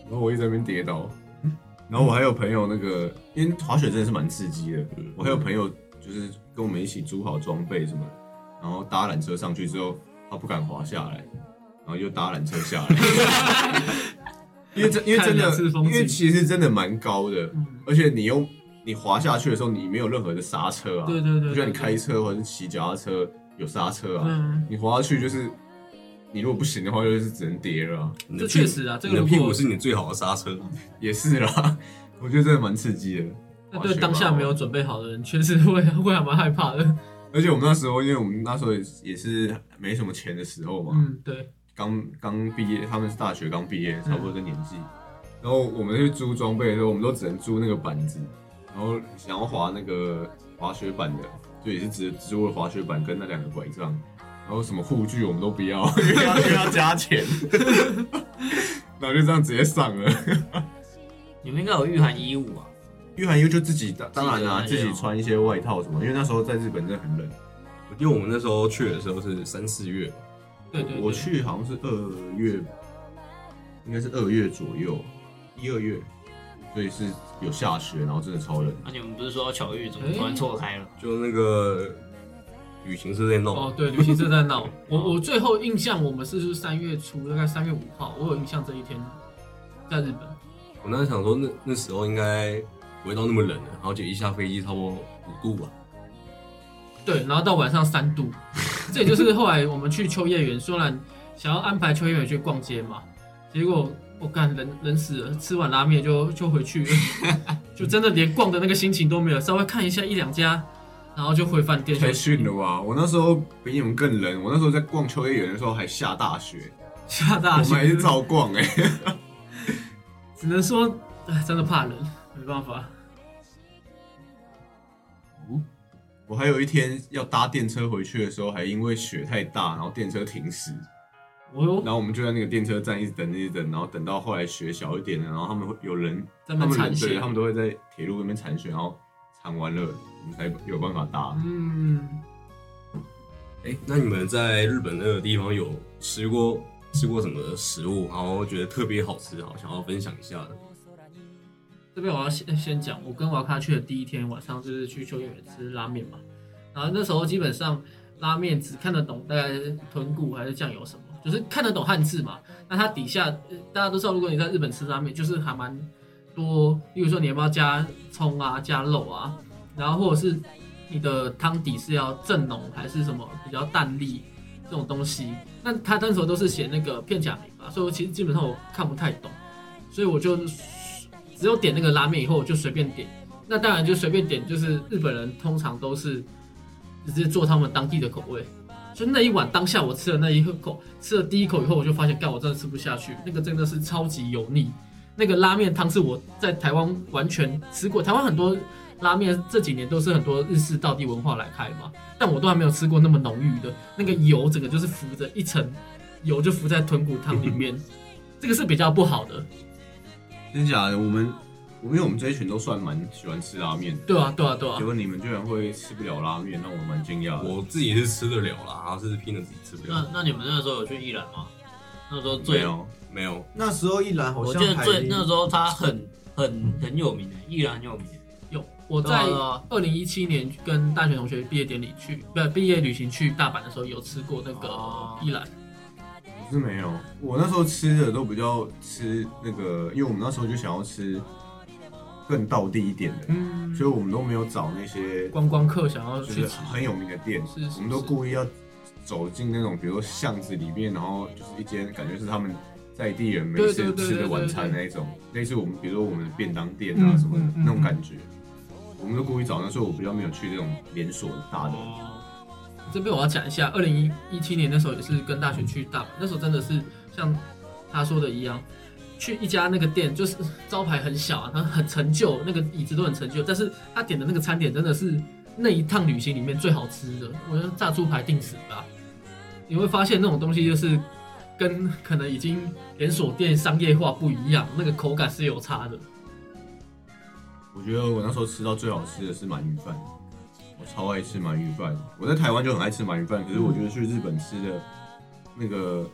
S2: 然后我一直在那边跌倒，嗯然后我还有朋友那个，因为滑雪真的是蛮刺激的，
S3: 嗯
S2: 我还有朋友就是跟我们一起租好装备什么的，然后搭缆车上去之后，他不敢滑下来，然后又搭缆车下来，
S3: [LAUGHS]
S2: 因为真因为真
S3: 看两
S2: 的
S3: 次，风景
S2: 因为其实真的蛮高的，
S3: 嗯
S2: 而且你又你滑下去的时候，你没有任何的刹车啊，
S3: 对对对
S2: 不像
S3: 对
S2: 你开车或者是骑脚踏车有刹车啊，
S3: 嗯，
S2: 你滑下去就是你如果不行的话，就是只能跌了啊、
S1: 你的
S3: 这确
S1: 屁
S3: 实啊这个
S1: 你的
S3: 如
S1: 屁股
S3: 果
S1: 是你最好的刹车。
S2: 也是啦， [LAUGHS] 我觉得真的蛮刺激的。
S3: 那对当下没有准备好的人，确实会会还蛮害怕的，
S2: 而且我们那时候，因为我们那时候也是没什么钱的时候嘛，
S3: 嗯，对，
S2: 刚刚毕业，他们是大学刚毕
S3: 嗯
S2: 业，差不多这年纪。然后我们去租装备的时候，我们都只能租那个板子，然后想要滑那个滑雪板的，就也是只租了滑雪板跟那两个拐杖，然后什么护具我们都不要，因为要因为要加钱， [LAUGHS] 然后就这样直接上了。
S4: 你们应该有御寒衣物吧？
S2: 御寒衣就自己当当然啦、
S4: 自
S2: 自
S3: 啊
S4: 己
S2: 己穿一些外套什么，因为那时候在日本真的很冷。
S1: 因为我们那时候去的时候是三四月吧，
S3: 对对，对
S2: 我，去好像是二月，应该是二月左右，一二月，所以是有下雪，然后真的超冷。
S4: 那、你们不是说要巧遇，怎么突然错开了？
S1: 就那个旅行社在弄，
S3: 哦，对，旅行社在
S2: [LAUGHS]
S3: 闹，我我最后印象我们是三月初，大概三月五号，我有印象这一天在日本，
S1: 我那时想说那那时候应该不会到那么冷的，然后就一下飞机差不多五度吧，
S3: 对，然后到晚上三度，这也就是后来我们去秋叶原，虽然想要安排秋叶原去逛街嘛，结果我干人人死了，吃完拉面就就回去了，就真的连逛的那个心情都没有，稍微看一下一两家，然后就回饭店
S2: 太
S3: 休息。
S2: 逊了吧！我那时候比你们更冷，我那时候在逛秋叶原的时候还下大雪，
S3: 下
S2: 我
S3: 大
S2: 们还
S3: 雪
S2: 是，照逛哎、 [LAUGHS]
S3: 只能说，哎，真的怕冷，没办法。
S2: 我还有一天要搭电车回去的时候，还因为雪太大，然后电车停驶，
S3: 我有
S2: 然后我们就在那个电车站一直等，一直等，然后等到后来雪小一点了，然后他们会有人
S3: 在
S2: 他
S3: 那
S2: 们
S3: 铲
S2: 对
S3: 雪
S2: 他，们都会在铁路那边铲雪，然后铲完了，我们才有办法搭。
S3: 嗯，
S1: 哎、那你们在日本那个地方有吃过吃过什么食物，然后觉得特别好吃，好想要分享一下的？
S3: 这边我要先先讲，我跟瓦卡去的第一天晚上就是去秋叶原吃拉面嘛，然后那时候基本上拉面只看得懂大概是豚骨还是酱油什么，就是看得懂汉字嘛。那它底下呃大家都知道，如果你在日本吃拉面，就是还蛮多，例如说你要不要加葱啊、加肉啊，然后或者是你的汤底是要正浓还是什么比较淡丽这种东西。那它那时候都是写那个片假名嘛，所以我其实基本上我看不太懂，所以我就只有点那个拉面以后，我就随便点。那当然就随便点，就是日本人通常都是直接做他们当地的口味，就那一碗当下我吃了那一口，吃了第一口以后，我就发现，干我真的吃不下去，那个真的是超级油腻。那个拉面汤是我在台湾完全吃过，台湾很多拉面这几年都是很多日式道地文化来开嘛，但我都还没有吃过那么浓郁的，那个油整个就是浮着一层油就浮在豚骨汤里面，这个是比较不好的。
S2: 真假的？我们我因为我们这一群都算蛮喜欢吃拉面的，
S3: 对啊，对啊，对啊
S2: 结，果你们居然会吃不了拉面，让我蛮惊讶的。
S1: 我自己是吃得了啦，然后是拼了自己吃不
S4: 那
S1: 了。
S4: 那你们那时候有去宜兰吗？那时候
S2: 啊没
S4: 最，
S2: 有，
S1: 没有，
S5: 那时候一兰好
S4: 我
S5: 像
S4: 记得
S5: 排
S4: 最那时候它很很很有名的，宜兰很有名的。
S3: 有我
S4: 对啊
S3: 在
S4: 对啊
S3: 二零一七年跟大学同学毕业典礼去，不毕业旅行去大阪的时候有吃过那
S4: 哦
S3: 个一兰，
S2: 我是没有。我那时候吃的都比较吃那个，因为我们那时候就想要吃更道地一点的，
S3: 嗯，
S2: 所以我们都没有找那些
S3: 观光客想要
S2: 就
S3: 去
S2: 是
S3: 吃，
S2: 很有名的店，
S3: 是是
S2: 我们都
S3: 是
S2: 故意要走进那种，比如说巷子里面，然后就是一间感觉是他们在地人每
S3: 对对
S2: 次
S3: 对
S2: 吃的
S3: 对
S2: 晚
S3: 对
S2: 餐
S3: 对
S2: 那一种，类似我们比如说我们的便当店啊
S3: 嗯
S2: 什么
S3: 嗯
S2: 的
S3: 嗯
S2: 那种感觉，我们都故意找。那时候我比较没有去那种连锁的大的，
S3: 哦，
S4: 啊
S3: 这边我要讲一下，二零一七年那时候也是跟大学去大阪，那时候真的是像他说的一样，去一家那个店，就是招牌很小啊，然后很陈旧，那个椅子都很陈旧，但是他点的那个餐点真的是那一趟旅行里面最好吃的，我觉得炸猪排定死吧。你会发现那种东西就是跟可能已经连锁店商业化不一样，那个口感是有差的。
S2: 我觉得我那时候吃到最好吃的是鳗鱼饭，我超爱吃鳗鱼饭。我在台湾就很爱吃鳗鱼饭，
S3: 嗯
S2: 可是我觉得去日本吃的那个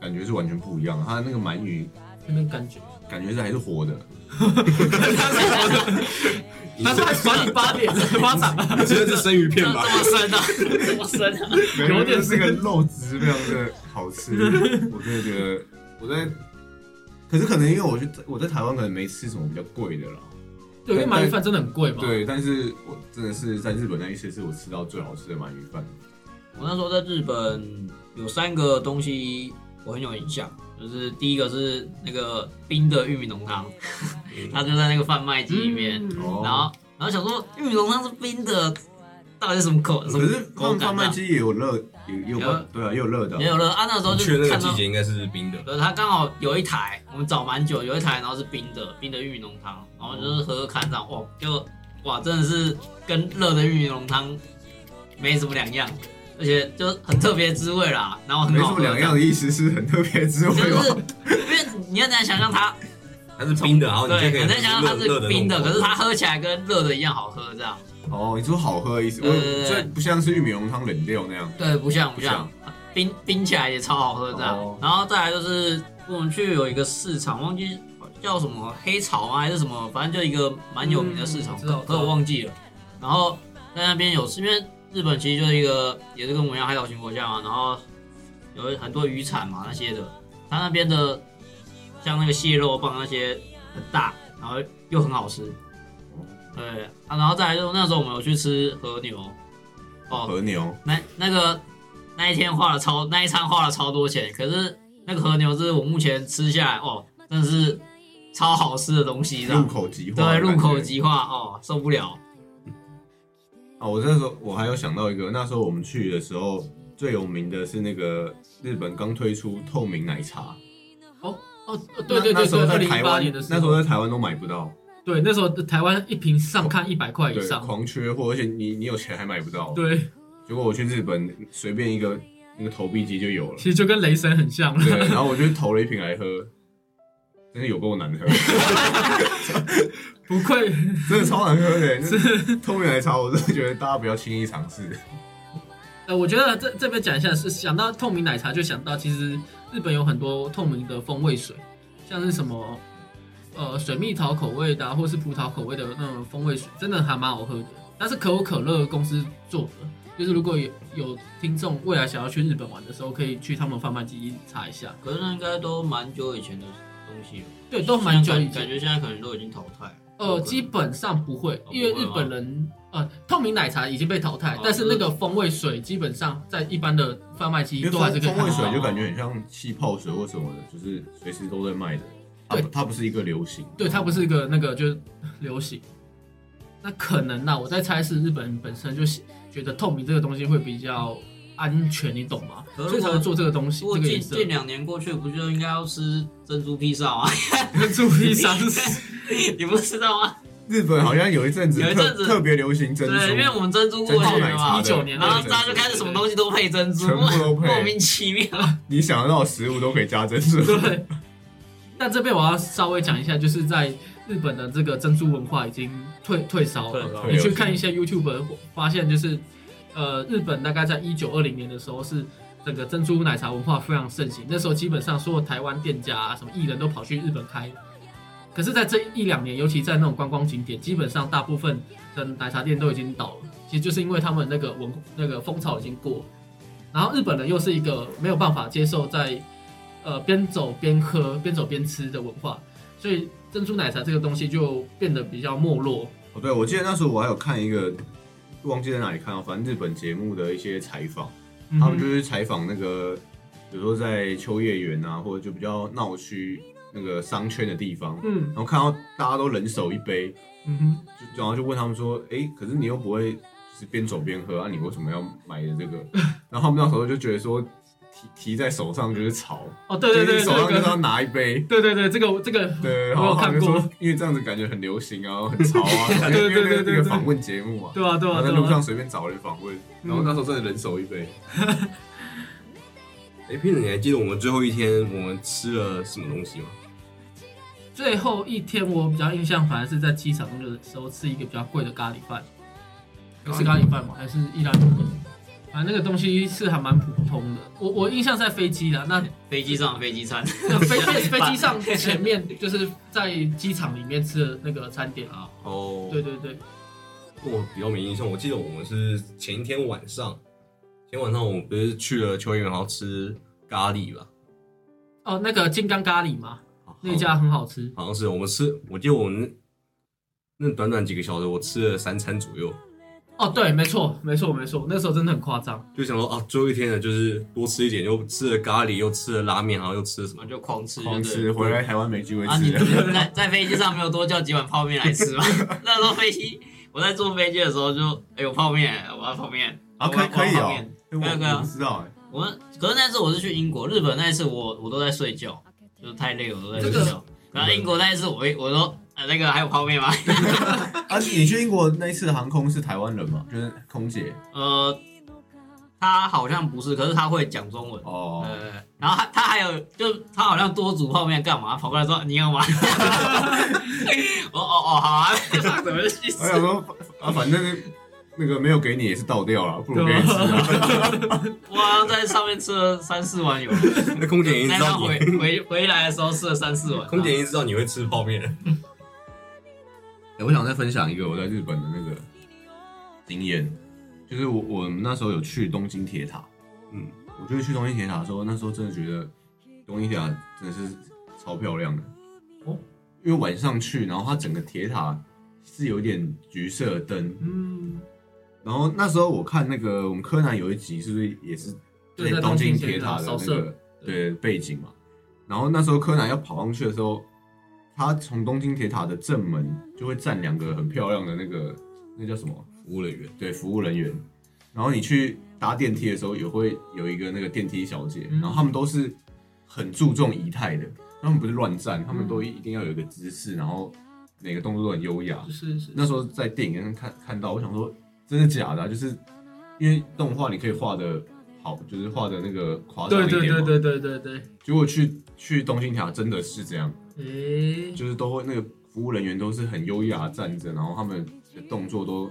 S2: 感觉是完全不一样的。它那个鳗鱼
S3: 就那个感觉，
S2: 感觉是还是活的，
S3: 他是还 [LAUGHS] [LAUGHS] 甩你八点巴掌，
S1: [LAUGHS] 你吃的是生鱼片
S4: 这
S1: 吧？
S4: 么深啊， [LAUGHS] 这么深啊！
S3: 有点
S2: 是个肉质非常的
S4: [LAUGHS]
S2: 好吃，我真的觉得我在，可是可能因为我去我在台湾可能没吃什么比较贵的啦，
S3: 对，因为鳗鱼饭真的很
S4: 哦
S3: 贵嘛。
S2: 对，但是我真的是在日本那一次是我吃到最好吃的鳗鱼饭，
S4: 我那时候在日本有三个东西我很有印象，就是第一个是那个冰的玉米浓汤，
S1: 嗯
S4: 它就在那个贩卖机里面，
S3: 嗯
S2: 哦
S4: 然后然后想说玉米浓汤是冰的，到底是什么口？什
S2: 可
S4: 么
S2: 是他
S4: 口
S2: 们
S4: 感啊
S2: 贩卖机也有热，也也有
S4: 有
S2: 办对啊，也有热的啊
S4: 也，有了啊，那时候
S1: 去
S4: 就
S1: 那个
S4: 看到
S1: 季，节应该是冰的，
S4: 呃，他刚好有一台，我们找蛮久，有一台然后是冰的冰的玉米浓汤，然后就是喝喝看这样，哇，就哇真的是跟热的玉米浓汤没什么两样，而且就很特别滋味啦，然后很
S2: 没什
S4: 好
S2: 么
S4: 喝
S2: 两样的意思，是很特
S4: [LAUGHS]
S2: 别滋
S4: 就
S2: 味
S4: 是
S2: 吧？
S4: 因为你要难想象它，
S1: 它是冰的，然后哦你就
S4: 对，
S1: 可以
S4: 很难想象它
S1: 热
S4: 是冰的，
S1: 热那种
S4: 可是它喝起来跟热的一样好喝，这样。
S2: 哦，你说好喝的意思，
S4: 对对
S2: 我
S4: 对
S2: 所以不像是玉米浓汤冷掉那样，
S4: 对，不像
S2: 不
S4: 不
S2: 像
S4: 像，冰冰起来也超好喝这样。
S2: 哦
S4: 然后再来就是我们去有一个市场，忘记叫什么黑草吗还是什么，反正就一个蛮有名的市场，
S3: 嗯知道
S4: 可
S3: 知道
S4: 我忘记了。然后在那边有，因为日本其实就是一个也是跟我们一样海岛型国家嘛，然后有很多渔产嘛那些的，它那边的像那个蟹肉棒那些很大，然后又很好吃。对啊，然后再来就是那时候我们有去吃和牛，哦，
S2: 和牛
S4: 那那个那一天花了超那一餐花了超多钱，可是那个和牛是我目前吃下来哦，真的是超好吃的东西，这
S2: 入
S4: 样
S2: 口即化，
S4: 啊对，入口。即化哦，受不了。
S2: 啊，我那时候我还有想到一个，那时候我们去的时候最有名的是那个日本刚推出透明奶茶，
S3: 哦，对对
S2: 那那
S3: 对
S2: 时
S3: 对，二
S2: 候在
S3: 零
S2: 台
S3: 一八
S2: 湾，
S3: 年的时
S2: 那
S3: 候，
S2: 时候在台湾都买不到，
S3: 对那时候台湾一瓶上看一百块以
S2: 对，
S3: 上，
S2: 狂缺货，而且你你有钱还买不到。
S3: 对，
S2: 结果我去日本随便一个那个投币机就有了
S3: 其，实就跟雷神很像了。
S2: 对，然后我就投了一瓶来喝，真的有够难喝， [LAUGHS]
S3: 不愧
S2: 真的超难喝的。那透明奶茶，我真的觉得大家不要轻易尝试。
S3: 呃，我觉得这这边讲一下，是想到透明奶茶就想到，其实日本有很多透明的风味水，像是什么呃水蜜桃口味的、啊，或是葡萄口味的那种风味水，真的还蛮好喝的。但是可口可乐公司做的，就是如果有有听众未来想要去日本玩的时候，可以去他们贩卖机查一下，
S4: 可是那应该都蛮久以前的东西了，
S3: 对，都蛮久
S4: 现在
S3: 以
S4: 感
S3: 前
S4: 感。觉现在可能都已经淘汰了。
S2: 哦
S3: 呃，基本上不会
S4: 哦，
S3: 因为
S4: 不会
S3: 日
S4: 吗
S3: 本人呃，透明奶茶已经被淘汰
S4: 哦，
S3: 但是那个风味水基本上在一般的贩卖机
S2: 因为
S3: 都
S2: 风
S3: 还是可以啊看
S2: 风味
S3: 到。
S2: 水就感觉很像气泡水或什么的，就是随时都在卖的。它
S3: 对
S2: 不它不是一个流行，
S3: 对，它不是一个那个就是流行。那可能呐、我在猜是日本人本身就喜觉得透明这个东西会比较安全，你懂吗？
S4: 可是
S3: 所以才会做这个东西
S4: 如，果
S3: 这个
S4: 近
S3: 颜色。
S4: 近两年过去，不就应该要吃珍珠披萨
S2: [LAUGHS]
S4: 吗？ [LAUGHS]
S3: [LAUGHS] 注意伤势。
S4: 你不知道吗？
S2: 日本好像有一阵子
S4: 有一阵
S2: 特
S4: 子
S2: 特别流行珍珠，
S4: 对，因为我们珍珠过
S2: 珍珠
S4: 去
S2: 奶
S4: 了
S2: 茶
S4: 嘛
S2: 的，
S3: 19年
S4: 然后大家就开始什么东西都配珍珠，
S2: 全部都
S4: [LAUGHS]
S2: 配
S4: 莫名其妙。
S2: 你想得到的食物都可以加珍珠。
S3: 对。那这边我要稍微讲一下，就是在日本的这个珍珠文化已经退退烧
S4: 退
S3: 了
S4: 烧。
S3: 你去看一些 YouTube，发现就是，呃，日本大概在一九二零年的时候是整个珍珠奶茶文化非常盛行，那时候基本上所有台湾店家、啊、什么艺人都跑去日本开。可是，在这一两年，尤其在那种观光景点，基本上大部分的奶茶店都已经倒了。其实就是因为他们那个文那个风潮已经过了，然后日本人又是一个没有办法接受在呃边走边喝、边走边吃的文化，所以珍珠奶茶这个东西就变得比较没落。
S2: 哦，对，我记得那时候我还有看一个，忘记在哪里看到，反正日本节目的一些采访，他们就
S3: 嗯
S2: 是采访那个，比如说在秋叶原啊，或者就比较闹区那个商圈的地方，
S3: 嗯
S2: 然后看到大家都人手一杯，
S3: 嗯哼，
S2: 就然后就问他们说，哎、可是你又不会就是边走边喝啊，你为什么要买的这个？ [LAUGHS] 然后他们那时候就觉得说，提提在手上就是潮，
S3: 哦对对
S2: 就
S3: 对，
S2: 是手上
S3: 这
S2: 就是要
S3: 个
S2: 拿一杯。
S3: 对对对，这个这个
S2: 对，然
S3: 我有
S2: 后他
S3: 看
S2: 们就
S3: 过
S2: 说，，因为这样子感觉很流行啊，很潮啊，
S3: [LAUGHS] 对对
S2: 因为因为那个
S3: 对对
S2: 一
S3: 对
S2: 个访问节目啊，
S3: 对啊对
S2: 然
S3: 啊
S2: 后在
S3: 对
S2: 路
S3: 啊嗯
S2: 上，随便找人访问，然后那时候真的人手一杯，
S1: 哎、p e t e r 你还记得我们最后一天我们吃了什么东西吗？
S3: 最后一天我比较印象反而是在机场那个时候吃一个比较贵的咖喱饭，是咖喱饭吗？还是意大利粉？反正那个东西是还蛮普通的。我我印象在飞机啦，那
S4: 飞机上的飞机 [LAUGHS] 餐，
S3: 那 [LAUGHS] 飞飞飞机上前面就是在机场里面吃的那个餐点啊。
S1: 哦
S3: 对对对，
S1: 我比较没印象，我记得我们是前一天晚上，前天晚上我们不是去了秋叶原，然后吃咖喱吧？
S3: 哦，那个金刚咖喱嘛，
S1: 好
S3: 那家很好吃。
S1: 好像是我们吃，我记得我们那短短几个小时，我吃了三餐左右，
S3: 哦，对，没错，没错，没错，那时候真的很夸张。
S1: 就想说啊，最后一天了，就是多吃一点，又吃了咖喱，又吃了拉面，然后又吃了什
S4: 然 [LAUGHS]
S1: 么
S4: 后？就狂吃，
S2: 狂
S4: 就对
S2: 吃
S4: 了
S2: 回来台湾没机会
S4: 啊！
S2: 吃
S4: 你 [LAUGHS]
S2: 了。
S4: 在在飞机上没有多叫几碗泡面来吃 [LAUGHS] 吗？那时候飞机，我在坐飞机的时候就，哎，有泡面，我要泡面，
S2: 啊，
S4: 我
S2: 可
S4: 要
S2: 以可
S4: 我
S2: 以
S4: 要泡
S2: 哦
S4: 面，
S2: 哎
S4: 可以啊可以
S2: 我
S4: 啊
S2: 我不知道哎，
S4: 我可是那次我是去英国，日本那一次我我都在睡觉，就是太累我都在睡
S3: 这
S4: 觉。然后英国那一次我一我说呃那个还有泡面吗？
S2: 啊，你去英国那一次航空是台湾人嘛？就是空姐
S4: 呃，他好像不是，可是他会讲中文。
S2: 哦，
S4: 呃，然后他他还有就他好像多煮泡面干嘛？跑过来说你
S1: [LAUGHS]
S4: 要吗？我哦哦好啊，放什么去吃
S2: 我？想说啊，反正那个没有给你也是倒掉了，不如给你吃 [LAUGHS] 啊。
S4: 我好像在上面吃了三四碗有，
S1: 那空姐已经
S4: 那
S1: 知
S4: 趟
S1: 道
S4: 回
S1: 你，
S4: 回回来的时候吃了三四碗。
S1: 空姐已经知道你会吃泡面了。
S2: 欸我想再分享一个我在日本的那个经验，就是我我们那时候有去东京铁塔，
S1: 嗯，
S2: 我就是去东京铁塔的时候，那时候真的觉得东京铁塔真的是超漂亮的
S3: 哦，
S2: 因为晚上去，然后它整个铁塔是有一点橘色的灯，
S3: 嗯，
S2: 然后那时候我看那个我们柯南有一集是不是也是
S3: 对在
S2: 东
S3: 东京
S2: 铁塔的
S3: 扫
S2: 那
S3: 射
S2: 个对背景嘛？然后那时候柯南要跑上去的时候，他从东京铁塔的正门就会站两个很漂亮的那个那叫什么？
S1: 服务人员，
S2: 对，服务人员。然后你去搭电梯的时候，也会有一个那个电梯小姐，
S3: 嗯
S2: 然后他们都是很注重仪态的，他们不是乱站，
S3: 嗯
S2: 他们都一定要有一个姿势，然后每个动作都很优雅
S3: 就。是是
S2: 那时候在电影院看看到，我想说真的假的、啊？就是因为动画你可以画的好，就是画的那个夸张
S3: 对
S2: 一点
S3: 对
S2: 嘛
S3: 对对对对对，
S2: 结果去去东京塔真的是这样，
S3: 诶、
S2: 就是都会那个服务人员都是很优雅地站着，然后他们的动作都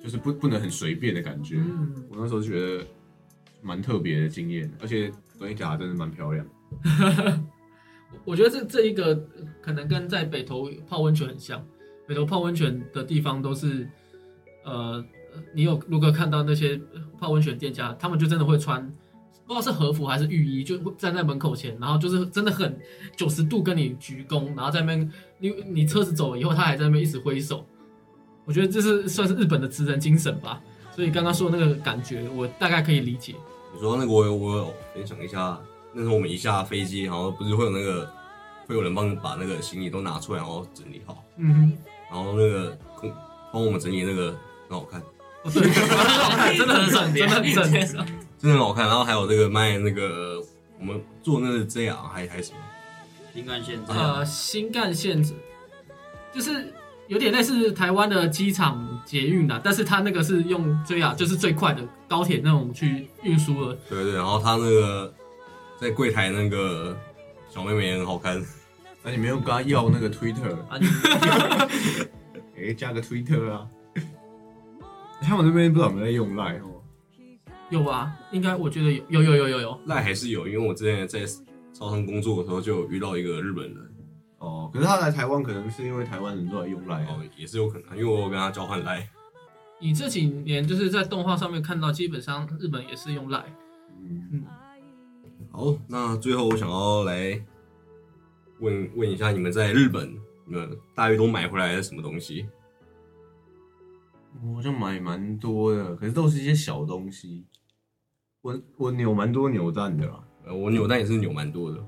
S2: 就是不不能很随便的感觉。
S3: 嗯，
S2: 我那时候就觉得蛮特别的经验，而且东京塔真的蛮漂亮。
S3: 我觉得这这一个呃可能跟在北投泡温泉很像，北投泡温泉的地方都是，呃，呃你有如果看到那些呃泡温泉店家，他们就真的会穿。不知道是和服还是浴衣，就会站在门口前，然后就是真的很九十度跟你鞠躬，然后在那边你你车子走了以后，他还在那边一直挥手，我觉得这是算是日本的职人精神吧。所以刚刚说的那个感觉，我大概可以理解。
S1: 你说那个我有我有分享一下，那时候我们一下飞机，然后不是会有那个会有人帮你把那个行李都拿出来，然后整理好，
S3: 嗯
S1: 然后那个空帮我们整理那个很好看，
S3: 哦对，真的很正，真的很正，
S1: 真的很好看。然后还有那个卖那个我们做那个 JR 还还什么，
S4: 啊新干线这样，
S3: 呃，新干线就是有点类似台湾的机场捷运啊啦，但是它那个是用最啊，就是最快的高铁那种去运输的。
S1: 对对。然后他那个在柜台那个小妹妹也很好看，
S2: 那、你没有跟他要那个 Twitter， [LAUGHS]
S4: 啊，你
S2: 哎、加个 Twitter 啊。 [LAUGHS] 他们那边不知道有没有在用 Line 哦，
S3: 有吧？应该我觉得有有有有有有。
S1: 那还是有，因为我之前在超商工作的时候就有遇到一个日本人，
S2: 哦，可是他来台湾可能是因为台湾人都在用 Line 哦。
S1: 哦，也是有可能，因为我有跟他交换赖，
S3: 你这几年就是在动画上面看到，基本上日本也是用赖。
S2: 嗯，
S1: 好，那最后我想要来问问一下，你们在日本，你们大约都买回来的什么东西？
S2: 我好像买蛮多的，可是都是一些小东西。我我扭蛮多扭蛋的啦，
S1: 呃，我扭蛋也是扭蛮多的，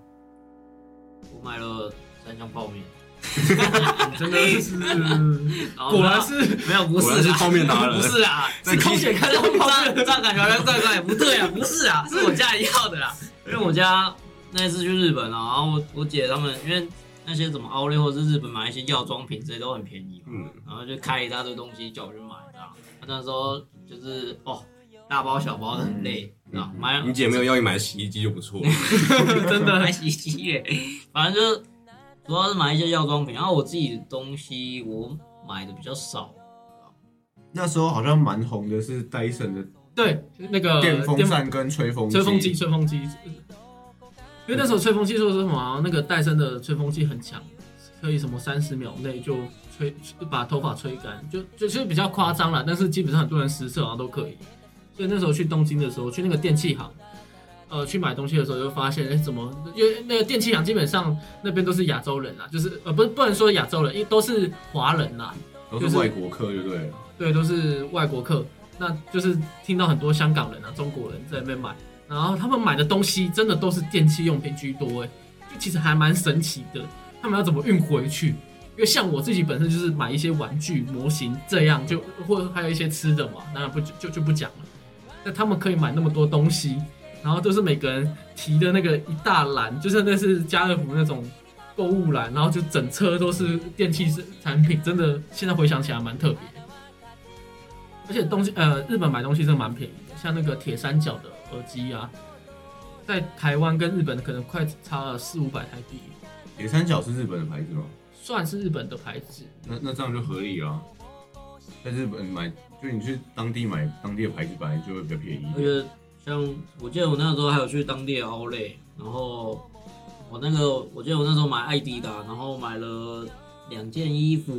S4: 我买了三箱泡面，
S3: 真的是， [LAUGHS]
S4: 然后
S3: 果然是
S4: 没有不
S1: 果然
S4: 是
S1: 是
S4: 啦
S1: 泡面达人
S4: 不是啊，
S1: 在
S3: 空姐看到泡面
S4: 这样感觉好像怪怪的，不对啊，不是啊，是我家里要的啦。因为我家那次去日本啊，然后我我姐他们因为那些什么奥利或者是日本买一些药妆品，这些都很便宜嘛，
S1: 嗯，
S4: 然后就开一大堆东西叫我去买，这样。那时候就是哦，大包小包的很累，知
S1: 嗯
S4: 道吗买
S1: 你姐
S4: [LAUGHS]
S1: 没有要你买洗衣机就不错了，
S3: 真的
S4: 买洗衣机耶，反正就主要是买一些药妆品，然后我自己的东西我买的比较少。
S2: 那时候好像蛮红的是戴森的
S3: 对那个
S2: 电风扇跟吹风
S3: 呃吹风机，吹风机。因为那时候吹风机说是什么、啊？那个戴森的吹风机很强，可以什么三十秒内就吹把头发吹干，就就其实比较夸张啦，但是基本上很多人实测好像啊都可以。所以那时候去东京的时候，去那个电器行，呃，去买东西的时候就发现，哎，怎么？因为那个电器行基本上那边都是亚洲人啦，就是呃，不不能说亚洲人，因为都是华人啦，
S2: 都是外国客就对了。
S3: 对，都是外国客，那就是听到很多香港人啊、中国人在那边买，然后他们买的东西真的都是电器用品居多，哎，就其实还蛮神奇的。他们要怎么运回去？因为像我自己本身就是买一些玩具模型这样，就或还有一些吃的嘛，当然不就就不讲了。那他们可以买那么多东西，然后就是每个人提的那个一大篮，就是那是家乐福那种购物篮，然后就整车都是电器产品，真的现在回想起来蛮特别的。而且东西呃，日本买东西真的蛮便宜的，像那个铁三角的耳机啊，在台湾跟日本可能快差了四五百台币，
S2: 铁三角是日本的牌子吗？
S3: 算是日本的牌子。
S2: 那那这样就合理啦。在日本买，就你去当地买当地的牌子，本来就会比较便宜。
S4: 而且像我记得我那时候还有去当地的 Outlet，然后我那个我记得我那时候买艾迪达，然后买了两件衣服、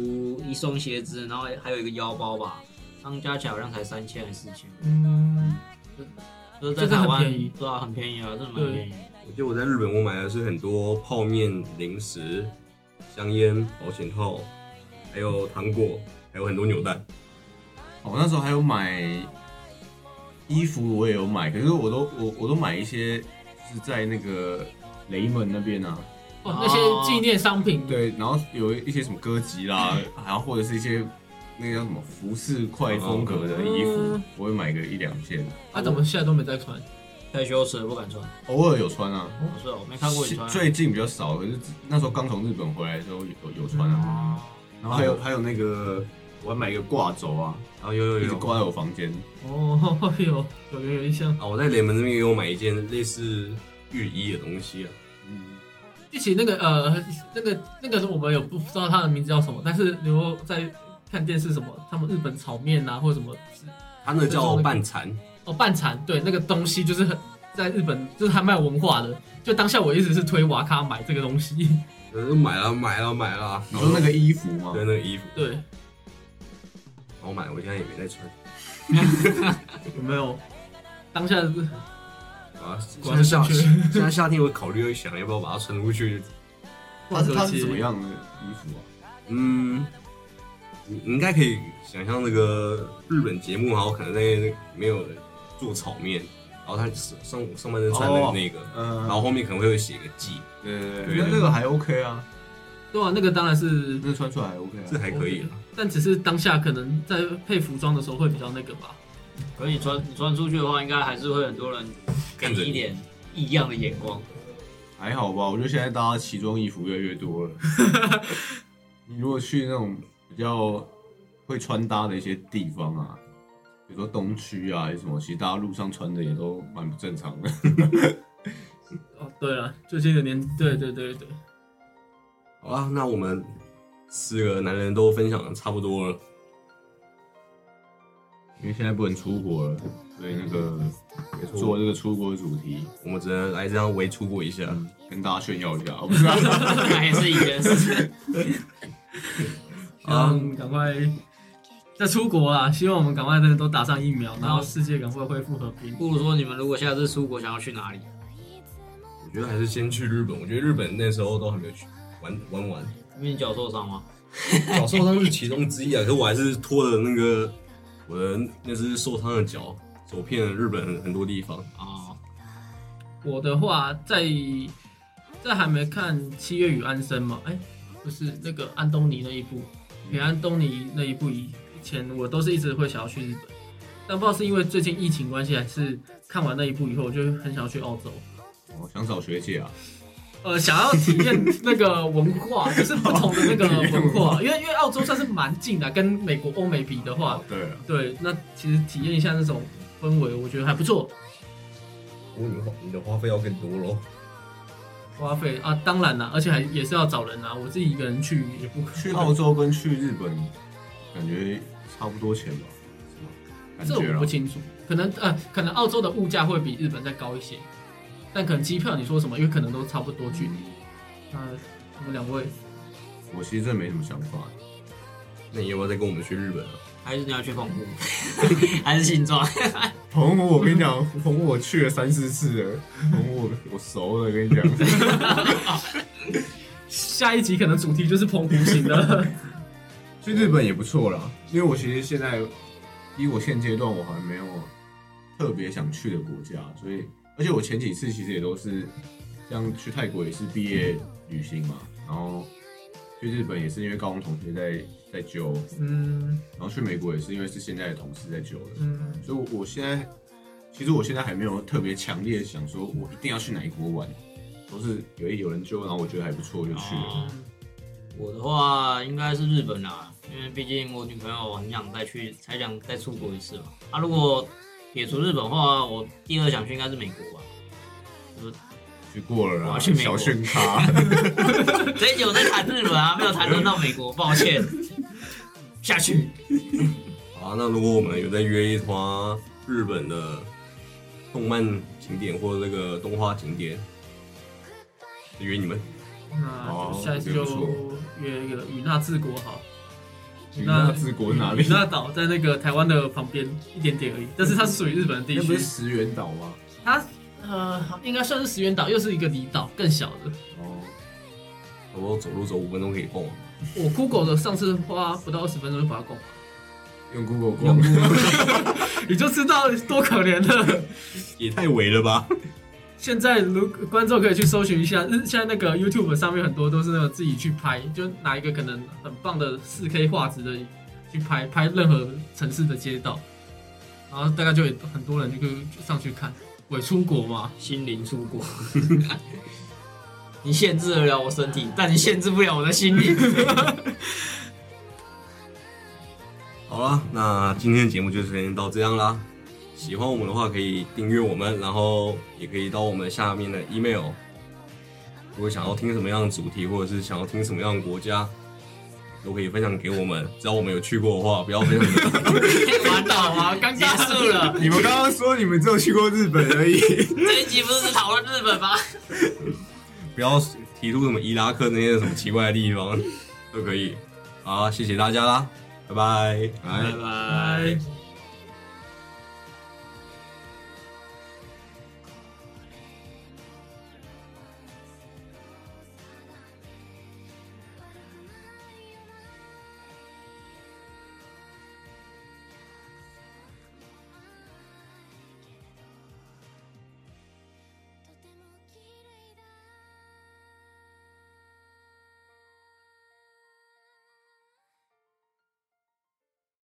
S4: 一双鞋子，然后还有一个腰包吧，这样加起来好像才三千还是四千，
S3: 嗯，
S4: 就是在
S3: 这真的
S4: 台
S3: 很
S4: 湾
S3: 便宜
S4: 对啊，很便宜啊，真的蛮便宜。
S1: 我记得我在日本，我买的是很多泡面、零食、香烟、保险套，还有糖果，还有很多扭蛋。
S2: 哦我那时候还有买衣服，我也有买，可是我都我我都买一些，就是在那个雷门那边啊，
S3: 哦，那些纪念商品，
S2: 对，然后有一些什么歌集啦，然后或者是一些那个叫什么服饰
S4: 哦
S2: 快风格的衣服
S3: 嗯，
S2: 我会买个一两件，
S3: 啊，怎么现在都没在穿？
S4: 太羞耻了，不敢穿。
S2: 偶尔有穿啊。
S4: 我说我没看过你穿。啊
S2: 最近比较少，可是那时候刚从日本回来的时候有有穿啊。
S4: 哦
S2: 然后还有还有那个，我还买一个挂轴啊，
S1: 啊，有有
S2: 一直
S1: 有
S2: 挂在我房间。
S3: 哦， [LAUGHS] 有有有印象。
S1: 啊！我在雷门这边也有买一件类似浴衣的东西啊，
S2: 嗯，
S3: 一起那个呃，那个那个我们有不知道它的名字叫什么，但是你如果在看电视什么，他们日本炒面啊，或者什么
S1: 它那叫半残。
S3: 哦，半残，对，那个东西就是很在日本就是还蛮有文化的。就当下我一直是推瓦卡买这个东西，
S1: 呃，买了买了买了，
S2: 你说那个衣服吗
S1: 对？那个衣服，
S3: 对，
S1: 然后买，我现在也没在穿
S3: 有没有？当下是
S1: 啊。
S3: 果然是正确
S1: 现在夏天我考虑想要不要把它穿出去。
S2: 它是它是
S3: 逛
S2: 怎么
S3: 街
S2: 样的衣服啊？
S1: 嗯，你你应该可以想象那个日本节目，然后可能在那没有人做炒面，然后他上上半身穿的那个，然后
S2: 嗯，
S1: 后面可能会有写个记，
S2: 对对
S1: 对
S2: 呃对，那那个还 OK 啊，
S3: 对啊，那个当然是
S2: 那穿出来还 OK
S1: 这
S2: 啊。
S1: 还可以啊。
S3: 但只是当下可能在配服装的时候会比较那个吧。
S4: 可是你穿你穿出去的话，应该还是会很多人给
S1: 看
S4: 你
S1: 着
S4: 一
S1: 你
S4: 点异样的眼光。 [LAUGHS]
S2: 还好吧，我觉得现在大家奇装异服越来越多 [LAUGHS] 了。你如果去那种比较会穿搭的一些地方啊，比如说东区啊，还是什么，其实大家路上穿的也都蛮不正常的。
S3: 哦，对了，最近的年，对对对对，
S1: 好啊，那我们四个男人都分享的差不多了，
S2: [LAUGHS] 因为现在不能出国了，所以那个
S1: 没错，
S2: 做这个出国主题，
S1: 我们只能来这样围出国一下。
S2: 跟大家炫耀一下。我哦不知啊道，
S4: 那也是一件事 [LAUGHS] 情。
S3: 希
S2: 啊
S3: 望赶快再出国啊！希望我们赶快真的都打上疫苗，然后世界赶快恢复和平。
S4: 不如说，你们如果下次出国想要去哪里？
S1: 我觉得还是先去日本，我觉得日本那时候都还没有去玩玩完，
S4: 因为你脚受伤吗？
S1: 脚受伤是其中之一啊，可我还是拖着那个我的那只受伤的脚，走遍了日本很多地方。
S4: 哦，
S3: 我的话，在在还没看《七月与安生》嘛，哎，不是那个安东尼那一部，给安东尼那一部以前，我都是一直会想要去日本，但不知道是因为最近疫情关系，还是看完那一部以后，我就很想要去澳洲。
S2: 我想找学姐啊，
S3: 呃，想要体验那个文化，就是不同的那 [LAUGHS] 个文化，因为因为澳洲算是蛮近的，跟美国、欧美比的话，
S2: 对啊，
S3: 对，那其实体验一下那种氛围，我觉得还不错。
S1: 不过你花你的花费要更多喽。
S3: 花费啊，当然啦，而且还也是要找人啊，我自己一个人去也不可
S2: 去澳洲跟去日本感觉差不多钱吧，是吗感
S3: 这
S2: 觉啊
S3: 我
S2: 啦
S3: 不清楚，可能呃，可能澳洲的物价会比日本再高一些，但可能机票你说什么，因为可能都差不多距离。那我们两位
S2: 我其实真的没什么想法。
S1: 那你要不要再跟我们去日本啊？
S4: 还是你要去
S1: [LAUGHS]
S4: 澎湖？ [LAUGHS] 还是新庄？
S2: 澎湖，我跟你讲，澎湖我去了三四次了，澎湖我我熟了，跟你讲。
S3: [LAUGHS] 下一集可能主题就是澎湖型
S2: [LAUGHS]
S3: 的，
S2: 去日本也不错啦，因为我其实现在以我现阶段我还没有特别想去的国家，所以而且我前几次其实也都是像去泰国也是毕业旅行嘛，然后去日本也是因为高中同学在在揪，
S3: 嗯
S2: 然后去美国也是因为是现在的同事在揪的，
S3: 嗯。
S2: 所以我我现在其实我现在还没有特别强烈地想说我一定要去哪一国玩，都是有一有人揪，然后我觉得还不错就去了。
S4: 哦我的话应该是日本啦，因为毕竟我女朋友很想再去，才想再出国一次嘛。啊，如果撇除日本的话，我第二想去应该是美
S1: [LAUGHS]
S4: 国吧。
S2: 去过了
S4: 我
S2: 啦，
S4: 要去美
S2: 小
S4: 国
S2: 炫咖。
S4: 这一集我在谈日本啊，没有谈论到美国，抱歉。 [LAUGHS] 下去，
S1: 好啊，那如果我们有在约一团日本的动漫景点或者这个动画景点，就约你们。
S3: 嗯那就下一次
S2: 哦
S3: 就
S2: 也
S3: 约一个与那治国好，
S2: 与那治国哪里
S3: 与？那岛在那个台湾的旁边一点点而已，但是它是属于日本的地
S2: 那不
S3: 区
S2: 是。石原岛吗？
S3: 它呃，应该算是石原岛，又是一个离岛，更小的。
S2: 哦，
S1: 差不多走路走五分钟可以逛完。
S3: 我 Google 的上次花不到二十分钟就把它逛完，
S2: 用 Google 逛，
S3: 你就知道多可怜了。
S1: 也太伪了吧！
S3: 现在如观众可以去搜寻一下，日现在那个 YouTube 上面很多都是那种自己去拍，就拿一个可能很棒的4 K 画质的去拍拍任何城市的街道，然后大概就有很多人就去上去看。伪出国嘛，
S4: 心灵出国。你限制得了我身体，但你限制不了我的心
S1: [LAUGHS]
S4: 灵。
S1: 好啦，那今天的节目就先到这样啦。喜欢我们的话，可以订阅我们，然后也可以到我们下面的 email。如果想要听什么样的主题，或者是想要听什么样的国家，都可以分享给我们。只要我们有去过的话，不要分享给。
S4: 完岛啊，刚结束了。
S2: 你们刚刚说你们只有去过日本而已，
S4: 这一集不是只讨论日本吗？
S1: 不要提出什么伊拉克那些什么奇怪的地方，都可以。好，谢谢大家啦，拜拜。
S2: 来。
S4: 拜。
S3: 拜。